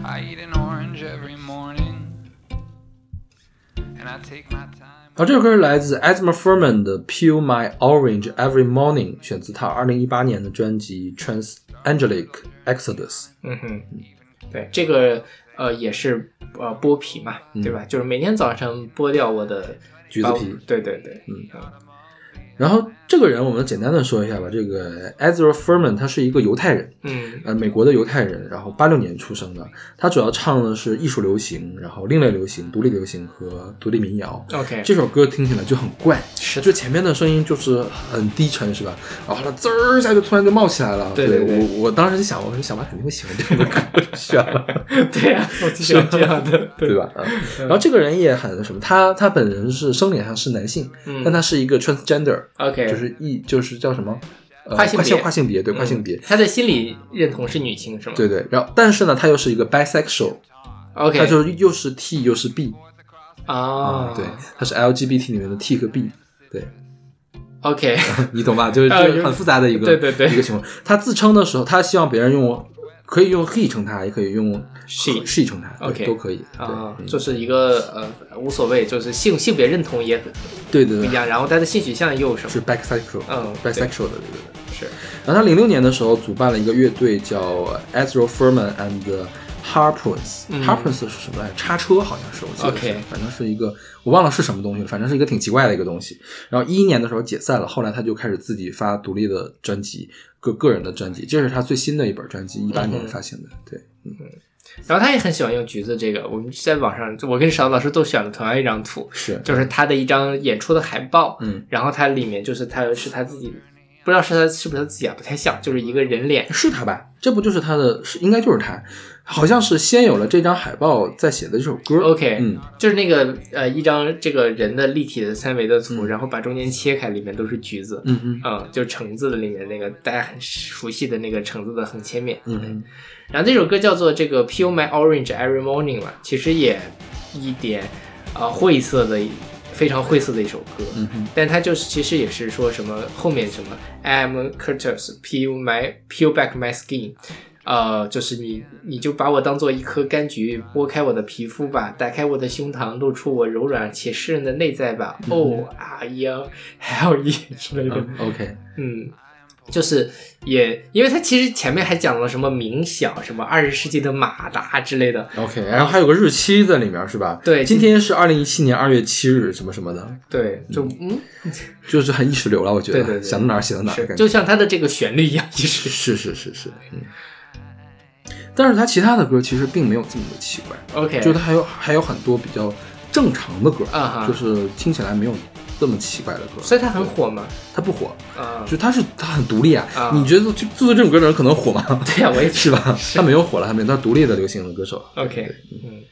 I eat an orange every morning. And I take my time.
然后这首歌是来自 Asma Furman 的《Peel My Orange Every Morning》，选自她二零一八年的专辑《Trans Angelic Exodus》。
嗯哼，对，这个呃也是呃剥皮嘛，
嗯
对吧？就是每天早上剥掉我的
橘子
把
皮
我对对对，嗯，
然后这个人，我们简单的说一下吧。这个 Ezra Furman 他是一个犹太人，
嗯
呃，美国的犹太人，然后八六年出生的。他主要唱的是艺术流行，然后另类流行、独立流行和独立民谣。
，OK，
这首歌听起来就很怪，
是的
就前面的声音就是很低沉，是吧？然后它滋儿一下就突然就冒起来了。
对对对
我我当时就想，我说小马肯定会喜欢这个歌， 选了。
对呀，我就喜欢这样的，
对吧？嗯然后这个人也很什么，他他本人是生理上是男性，
嗯
但他是一个 transgender，
？OK，
就是异就是叫什么？
跨
呃跨
性别
性跨性别，对
嗯
跨性别，
他的心理认同是女性是吗？
对对。然后但是呢，他又是一个 bisexual，
，OK，
他就是又是 T 又是 B
啊，
对，他是 LGBT 里面的 T 和 B，对
，OK，
你懂吧？就是
呃
就是很复杂的一个
对对对
一个情况。他自称的时候，他希望别人用可以用 he 称他，也可以用
She
she 称他对
OK
都可以。对
啊，
嗯
就是一个呃无所谓，就是性性别认同也
对对
不
对
一，样，然后他的性取向又有什么？
是 bisexual，
嗯对
bisexual 的这个。
是
然后他零六年的时候主办了一个乐队叫 Ezra Furman and the Harpoons，Harpoons、
嗯
Harpoons 是什么来着？叉车好像是，我记得是
OK
反正是一个我忘了是什么东西了，反正是一个挺奇怪的一个东西。然后一一年的时候解散了，后来他就开始自己发独立的专辑，个个人的专辑，这是他最新的一本专辑，一八年
嗯
发行的。对，
然后他也很喜欢用橘子这个，我们在网上，我跟邵老师都选了同样一张图，
是，
就是他的一张演出的海报，
嗯，
然后它里面就是他是他自己，不知道是他是不是他自己啊，不太像，就是一个人脸，
是他吧？这不就是他的，是应该就是他，好像是先有了这张海报，再写的这首歌。
OK
嗯，
就是那个呃一张这个人的立体的三维的图，
嗯
然后把中间切开，里面都是橘子，
嗯嗯
嗯，就是橙子的里面那个大家很熟悉的那个橙子的横切面，
嗯嗯，
然后这首歌叫做这个 Peel My Orange Every Morning 了，其实也一点呃晦涩的，非常晦涩的一首歌。
嗯哼，
但它就是其实也是说什么后面什么 I'm Curtis peel my peel back my skin，呃，就是你你就把我当做一颗柑橘，剥开我的皮肤吧，打开我的胸膛，露出我柔软且湿润的内在吧。哦啊呀，还有一 之类的，
嗯 OK，
嗯。就是也，因为它其实前面还讲了什么冥想，什么二十世纪的马达之类的，
OK，然后还有个日期在里面是吧？
对
今天是二零一七年二月七日，什么什么的，
对，就嗯，
就是很意识流了，我觉得。
对对对
想到哪儿写到哪儿，
是
感觉
就像它的这个旋律一样，其实
是是是是，嗯。但是他其他的歌其实并没有这么的奇怪，
OK，
就是他还有还有很多比较正常的歌，
哎啊哈
就是听起来没有这么奇怪的歌，
所以它很火嘛，
他不火，
啊、
就他是他很独立啊。
啊
你觉得就做做这种歌的人可能火吗？
对呀、啊我也
是吧？他没有火了，他没有，他独立的流行的歌手。
OK，嗯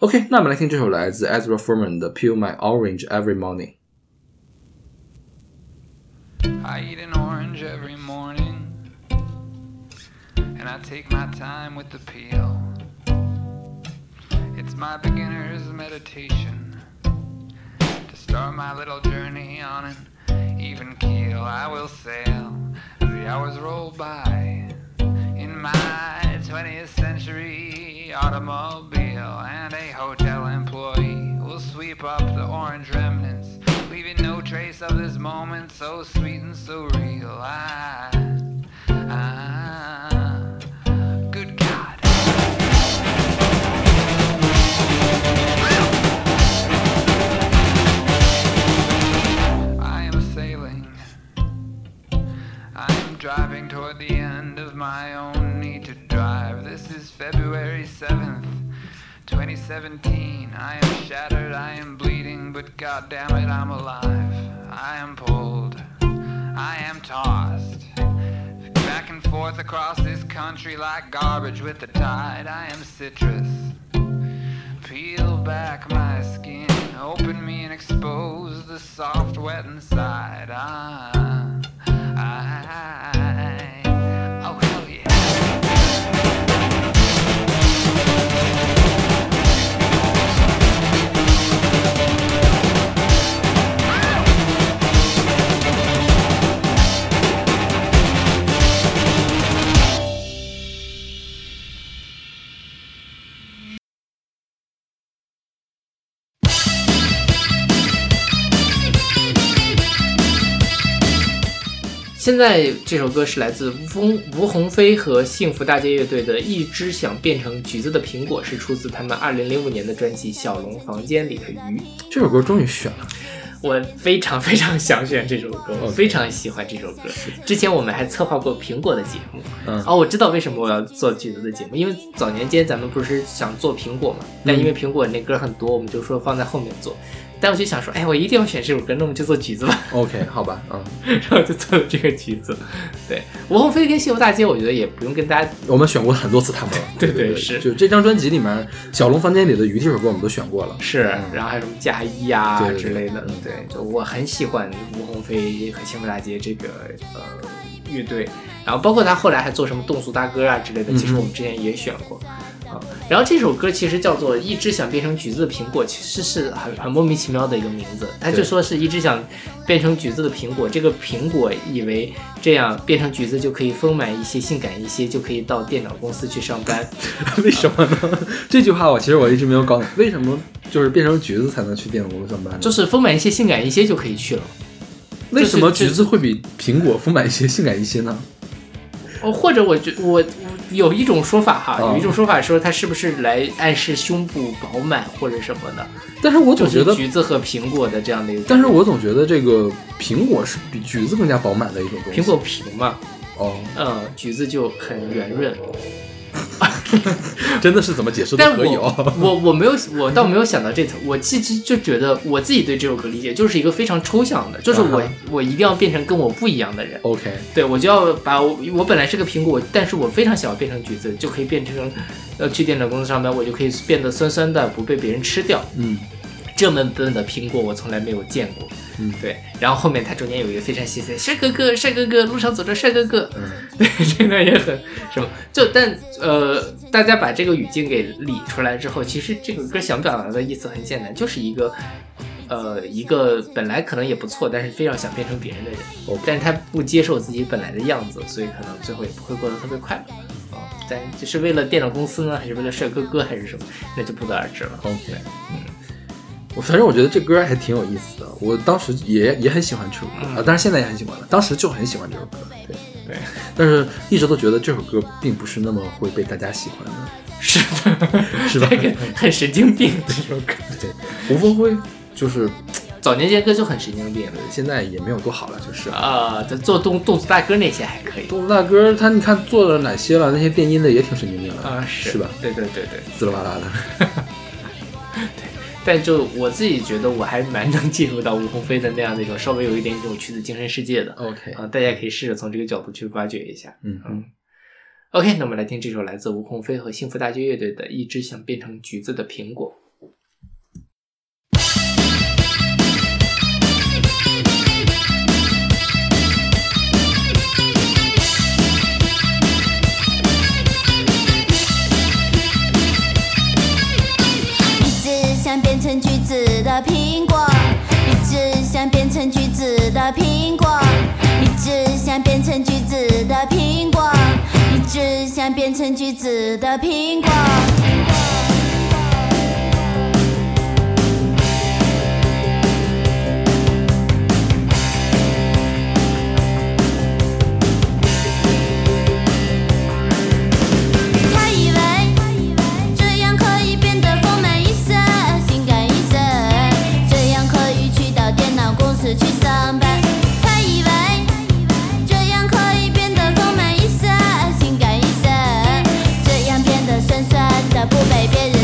OK，那我们来听这首来自 Ezra Furman 的《Peel My Orange Every Morning》。
I eat an orange every morning. And I take my time with the peel. It's my beginner's meditation. To start my little journey on an even keel, I will sail as the hours roll by. In my 20th century automobile and a hotel employee will sweep up the orange remnants, leaving no trace of this moment so sweet and so real. Ah, I, I, ah, good God. I am sailing. I'm driving toward the end of my own need to drive. This is February 7th, 2017. I am shattered, I am bleeding, but god damn it, I'm alive. I am pulled, I am tossed. Back and forth across this country like garbage with the tide. I am citrus. Peel back my skin, open me and expose the soft, wet inside. Ah, I, oh hell yeah.
现在这首歌是来自翁吴鸿飞和幸福大街乐队的《一只想变成橘子的苹果》，是出自他们二零零五年的专辑《小龙房间里的鱼》。
这首歌终于选了，
我非常非常想选这首歌，我非常喜欢这首歌。之前我们还策划过苹果的节目，
嗯
哦，我知道为什么我要做橘子的节目，因为早年间咱们不是想做苹果嘛，但因为苹果那歌很多，我们就说放在后面做。但我就想说，哎，我一定要选这首歌，那我们就做橘子吧，
，OK，好 吧，嗯，
然后就做了这个橘子。对，吴鸿飞跟西游大街，我觉得也不用跟大家
我们选过很多次他们了，
对
对
对是
就这张专辑里面，《小龙房间里的鱼》这首歌我们都选过了，
是，然后还有什么加一啊
嗯对对
之类的
嗯，
对，就我很喜欢吴鸿飞和幸福大街这个呃乐队，然后包括他后来还做什么动俗大哥啊之类的，
嗯
其实我们之前也选过。啊，然后这首歌其实叫做《一只想变成橘子的苹果》，其实是很很莫名其妙的一个名字。他就
对
说是一只想变成橘子的苹果，这个苹果以为这样变成橘子就可以丰满一些、性感一些，就可以到电脑公司去上 班。
为什么呢？ 这句话我其实我一直没有搞懂，为什么就是变成橘子才能去电脑公司上班呢？
就是丰满一些、性感一些就可以去了。
为什么
就是
橘子会比苹果丰满一些、性感一些呢？
哦，或者我觉我有一种说法哈，
嗯
有一种说法说它是不是来暗示胸部饱满或者什么的，
但是我
就
总觉
是
得，
橘子和苹果的这样的一个。
但是我总觉得这个苹果是比橘子更加饱满的一种东西。
苹果平嘛，
哦，
嗯，橘子就很圆润。
真的是怎么解释都
但
可以
我、
哦。
我我没有我倒没有想到这层，我其实就觉得我自己对这首歌理解就是一个非常抽象的，就是我、
啊哈
我一定要变成跟我不一样的人。
OK，
对，我就要把我我本来是个苹果，但是我非常想要变成橘子，就可以变成，呃，去电脑公司上班，我就可以变得酸酸的，不被别人吃掉。
嗯，
这么笨的苹果我从来没有见过。
嗯
对。然后后面他中间有一个非常细碎，帅哥哥，帅哥哥，路上走着帅哥哥。
嗯，
对，这段也很什么，就但呃，大家把这个语境给理出来之后，其实这个歌想表达的意思很简单，就是一个。呃，一个本来可能也不错，但是非常想变成别人的人
OK
但是他不接受自己本来的样子，所以可能最后也不会过得特别快乐。
哦
啊、但就是为了电脑公司呢，还是为了帅哥哥，还是什么，那就不得而知 了。
OK，我
嗯
反正我觉得这歌还挺有意思的，我当时也也很喜欢这首歌
嗯
啊，但是现在也很喜欢了，当时就很喜欢这首歌，对
对，
但是一直都觉得这首歌并不是那么会被大家喜欢的，
是的，？
是吧
很很神经 病这首歌，
对，吴峰辉就是
早年这些歌就很神经病
现在也没有多好了，就是啊。
啊，他做动动次大哥那些还可以
动物大哥他你看做了哪些了？那些电音的也挺神经病的
啊，
是吧？
对对对对，
滋啦哇啦的，
但就我自己觉得我还蛮能进入到吴鸿飞的那样的一种稍微有一点扭曲的精神世界的
OK，
啊，大家可以试着从这个角度去挖掘一下。
嗯嗯
OK，那我们来听这首来自吴鸿飞和幸福大街乐队的《一只想变成橘子的苹果》。
一只想变成橘子的苹果，一只想变成橘子的苹果，一只想变成橘子的苹果，一只想变成橘子的苹果。他以为这样可以变得丰满一些、性感一些，这样可以去到电脑公司去上班。他以为这样可以变得丰满一些、性感一些，这样变得酸酸的，不被别人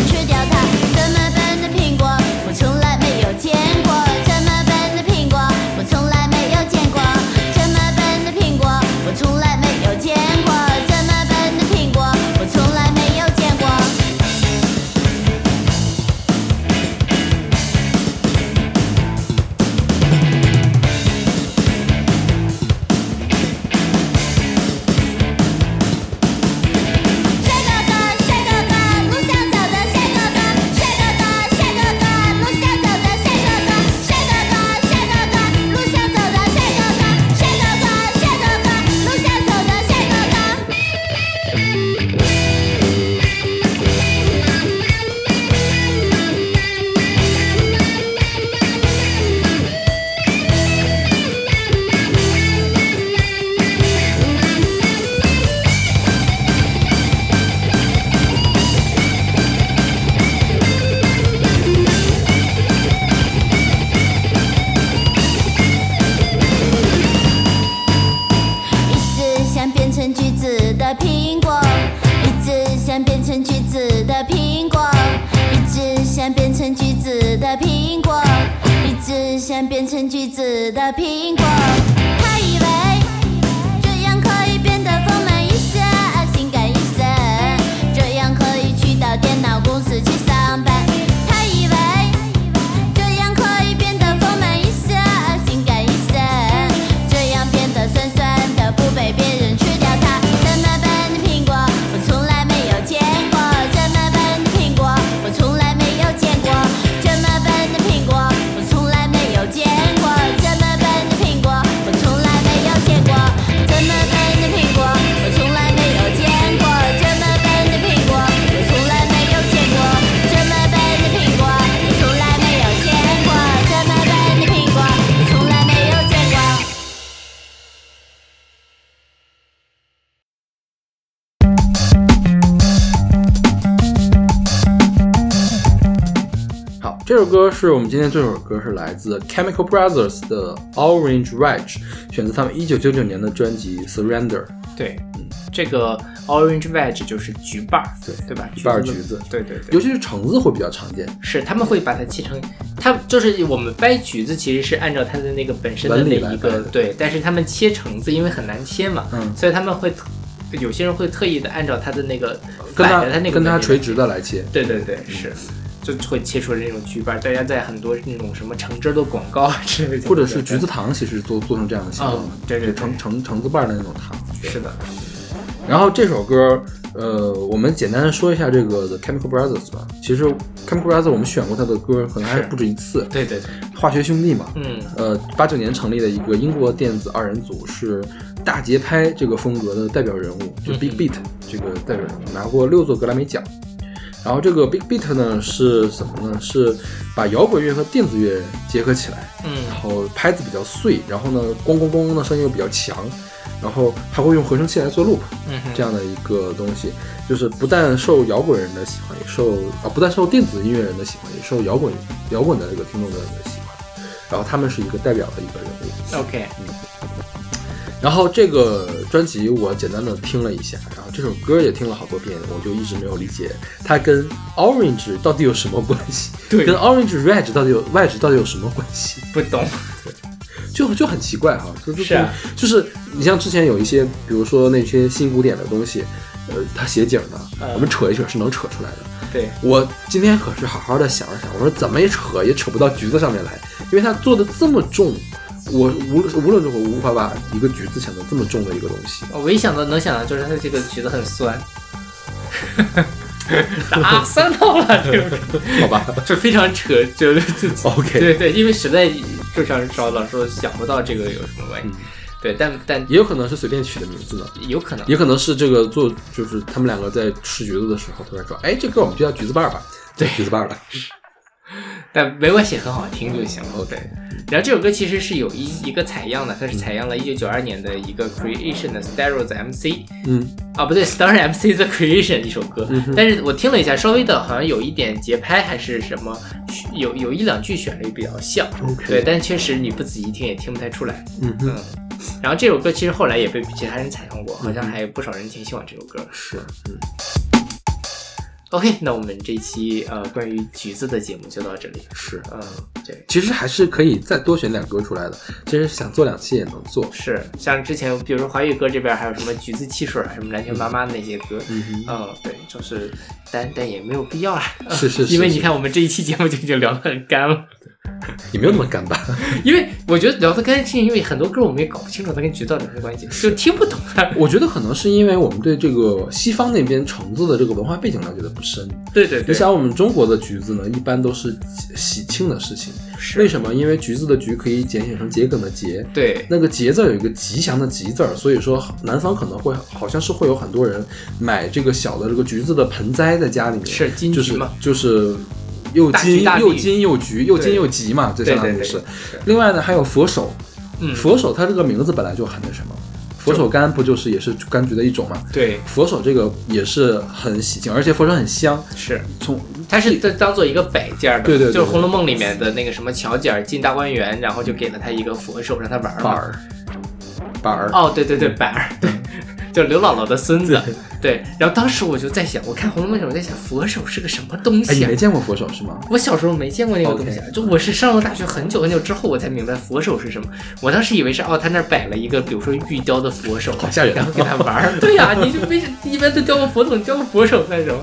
成橘子的苹果。他以为这样可以变得丰满一些，性感一些，这样可以去到电脑公司去上班。他以为这样可以变得丰满一些，性感一些，这样变得酸酸的，不被别人吃掉它。这么笨的苹果，我从来没有见过。这么笨的苹果，我从来没有见过。这么笨的苹果，我从来没有见过。这么笨的苹果，我从来没有见过。这么笨的苹果，我从来没有见过。这么笨的苹果，我从来没有见过。这么笨的苹果，我从来没有见过。这么笨的苹果，我从来没有见过。
好，这首歌是我们今天最后一首歌，是来自 Chemical Brothers 的 Orange Rush，选自他们一九九九年的专辑 Surrender。
对，嗯这个 orange wedge 就是橘瓣儿，
对
对吧？
橘瓣儿
的
橘子
对对对
尤，其是橙子会比较常见，
是他们会把它切成，它就是我们掰橘子其实是按照它的那个本身的
纹理
那
来
一
掰
个
的
对，但是他们切橙子因为很难切嘛，
嗯
所以他们会特有些人会特意的按照它的那个
跟
摆
它
着它那个
跟它
纹理
垂直的来切。
对对对，是，就会切出那种橘瓣儿。大家在很多那种什么橙汁儿的广告啊之类的，
或者是橘子糖，其实做做成这样的形状
嗯
的，
对对
就橙橙橙子瓣儿的那种糖。
是的，
然后这首歌，呃，我们简单的说一下这个 The Chemical Brothers 吧。其实 Chemical Brothers 我们选过他的歌，可能还
是
不止一次。
对对对，
化学兄弟嘛，
嗯
呃，八九年成立的一个英国电子二人组，是大节拍这个风格的代表人物，就
嗯
Big Beat 这个代表人物，拿过六座格莱美奖。然后这个 Big Beat 呢是什么呢？是把摇滚乐和电子乐结合起来，
嗯
然后拍子比较碎，然后呢，咣咣咣咣的声音又比较强，然后还会用合成器来做 loop，
嗯哼，
这样的一个东西，就是不但受摇滚人的喜欢，也受啊不但受电子音乐人的喜欢，也受摇滚摇滚的这个听众的喜欢。然后他们是一个代表的一个人物。
OK，
然后这个专辑我简单的听了一下，然后这首歌也听了好多遍，我就一直没有理解它跟 Orange 到底有什么关系，
对
跟 Orange Red 到底有 Red 到底有什么关系？
不懂，
就就很奇怪哈，就就是
啊
就是你像之前有一些，比如说那些新古典的东西，呃，它写景的，
嗯
我们扯一扯是能扯出来的。
对，
我今天可是好好的想了想，我说怎么也扯也扯不到橘子上面来，因为它做的这么重，我无论无论如何无法把一个橘子想的这么重的一个东西。
我唯一想到能想到就是它的这个橘子很 酸。打啊酸到了， 就是
好吧
就非常扯，就是自己。
，OK，
对对，因为实在就像赵老师说，想不到这个有什么关系。对，但但
也有可能是随便取的名字呢。
有可能
也可能是这个做，就是他们两个在吃橘子的时候，突然说：“哎，这歌我们就叫橘子瓣儿吧。”对，橘子瓣儿了。
但没关系，很好听就行。
嗯 OK
对。然后这首歌其实是有一一个采样的，它是采样了1992年的一个 Creation 的 Stereo 的 MC
嗯，
啊，不对，Stereo MC 的 Creation 一首歌。
嗯哼
但是我听了一下，稍微的好像有一点节拍还是什么，有有一两句旋律比较像。
OK
对，但确实你不仔细听也听不太出来。
嗯哼
嗯。然后这首歌其实后来也被其他人采用过，好像还有不少人挺喜欢这首歌。
是，嗯。
OK，那我们这一期呃关于橘子的节目就到这里。
是，
嗯，对。
其实还是可以再多选两歌出来的。其实想做两期也能做。
是，像之前比如说华语歌这边还有什么橘子汽水啊，什么蓝天妈妈那些歌，嗯
嗯
对，就是，但但也没有必要啦，
是是是
因为
是
你看我们这一期节目就已经聊得很干了，
也没有那么干吧？
因为我觉得聊得干是因为很多歌我们也搞不清楚它跟橘子到底有什么关系，就听不懂啊它。
我觉得可能是因为我们对这个西方那边橙子的这个文化背景了解的不深。
对对
你
对，
想，我们中国的橘子呢，一般都是喜庆的事情。
是
为什么？因为橘子的橘可以简写成桔梗的桔，
对
那个桔字儿有一个吉祥的吉字儿，所以说南方可能会好像是会有很多人买这个小的这个橘子的盆栽在家里面，
是金
就
桔
是
嘛
就是又
大橘
金
大利
又金又橘又金又橘嘛，这
对
相当
对
于
对
是。另外呢，还有佛手，
嗯
佛手它这个名字本来就很那什么，佛手柑不就是也是柑橘的一种嘛？
对
佛手这个也是很喜庆，而且佛手很香，
是，
从
它是当当做一个摆件儿的，
对对对
就是《
对
红楼梦》里面的那个什么巧姐儿进大观园，然后就给了他一个佛手让他玩儿
板
嘛。
儿板儿。
哦
嗯
哦，对对对，板儿，对， 就刘姥姥的孙子。 对，然后当时我就在想，我看《红楼梦》的时候我在想，佛手是个什么东
哎，
西
你
啊？
没见过佛手是吗？
我小时候没见过那个东西啊就我是上了大学很久很久之后，我才明白佛手是什么。我当时以为是哦，他那儿摆了一个，比如说玉雕的佛手，
好吓人啊
然后给他玩 儿。对呀、你就没事一般都雕个佛头，你雕个佛手干什么？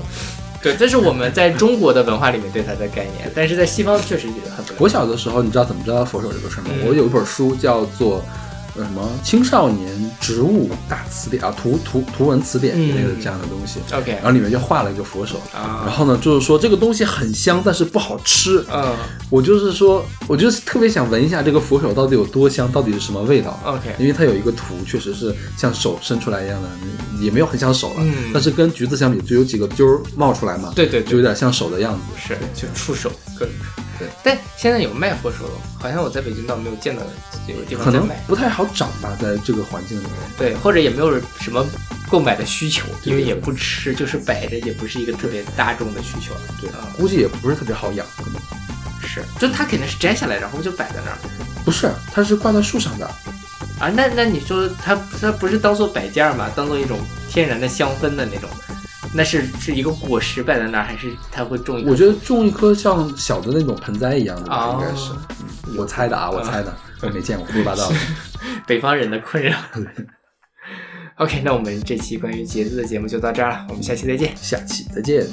对，这是我们在中国的文化里面对它的概念，但是在西方确实很不
我小的时候，你知道怎么知道佛手这个事儿吗？
嗯
我有一本书叫做呃什么《青少年植物大词典》啊，图图图文词典之类的
嗯
这样的东西。
OK
然后里面就画了一个佛手，
啊
然后呢，就是说这个东西很香，但是不好吃。
嗯
我就是说，我就是特别想闻一下这个佛手到底有多香，到底是什么味道。啊
OK
因为它有一个图，确实是像手伸出来一样的，也没有很像手了，
嗯
但是跟橘子相比，就有几个揪儿冒出来嘛，
对对对
就有点像手的样子。
是就触手各种。
对，
但现在有卖佛手了吗，好像我在北京倒没有见到有地
可
方在
能
卖。
不太好长吧，在这个环境里面。
对，或者也没有什么购买的需求，因为也不吃，就是摆着，也不是一个特别大众的需求。
对
啊，
估计也不是特别好养，可能
是，就它肯定是摘下来，然后就摆在那儿
不是，它是挂在树上的。
啊。那那你说它它不是当做摆件儿嘛，当做一种天然的香氛的那种，那是是一个果实摆在那儿，还是它会种一个？
我觉得种一棵像小的那种盆栽一样的吧，
哦
应该是，嗯我猜的啊，我猜的，我没见过，胡说八道的。
北方人的困扰。OK，那我们这期关于节日的节目就到这儿了，我们下期再见。
下期再见。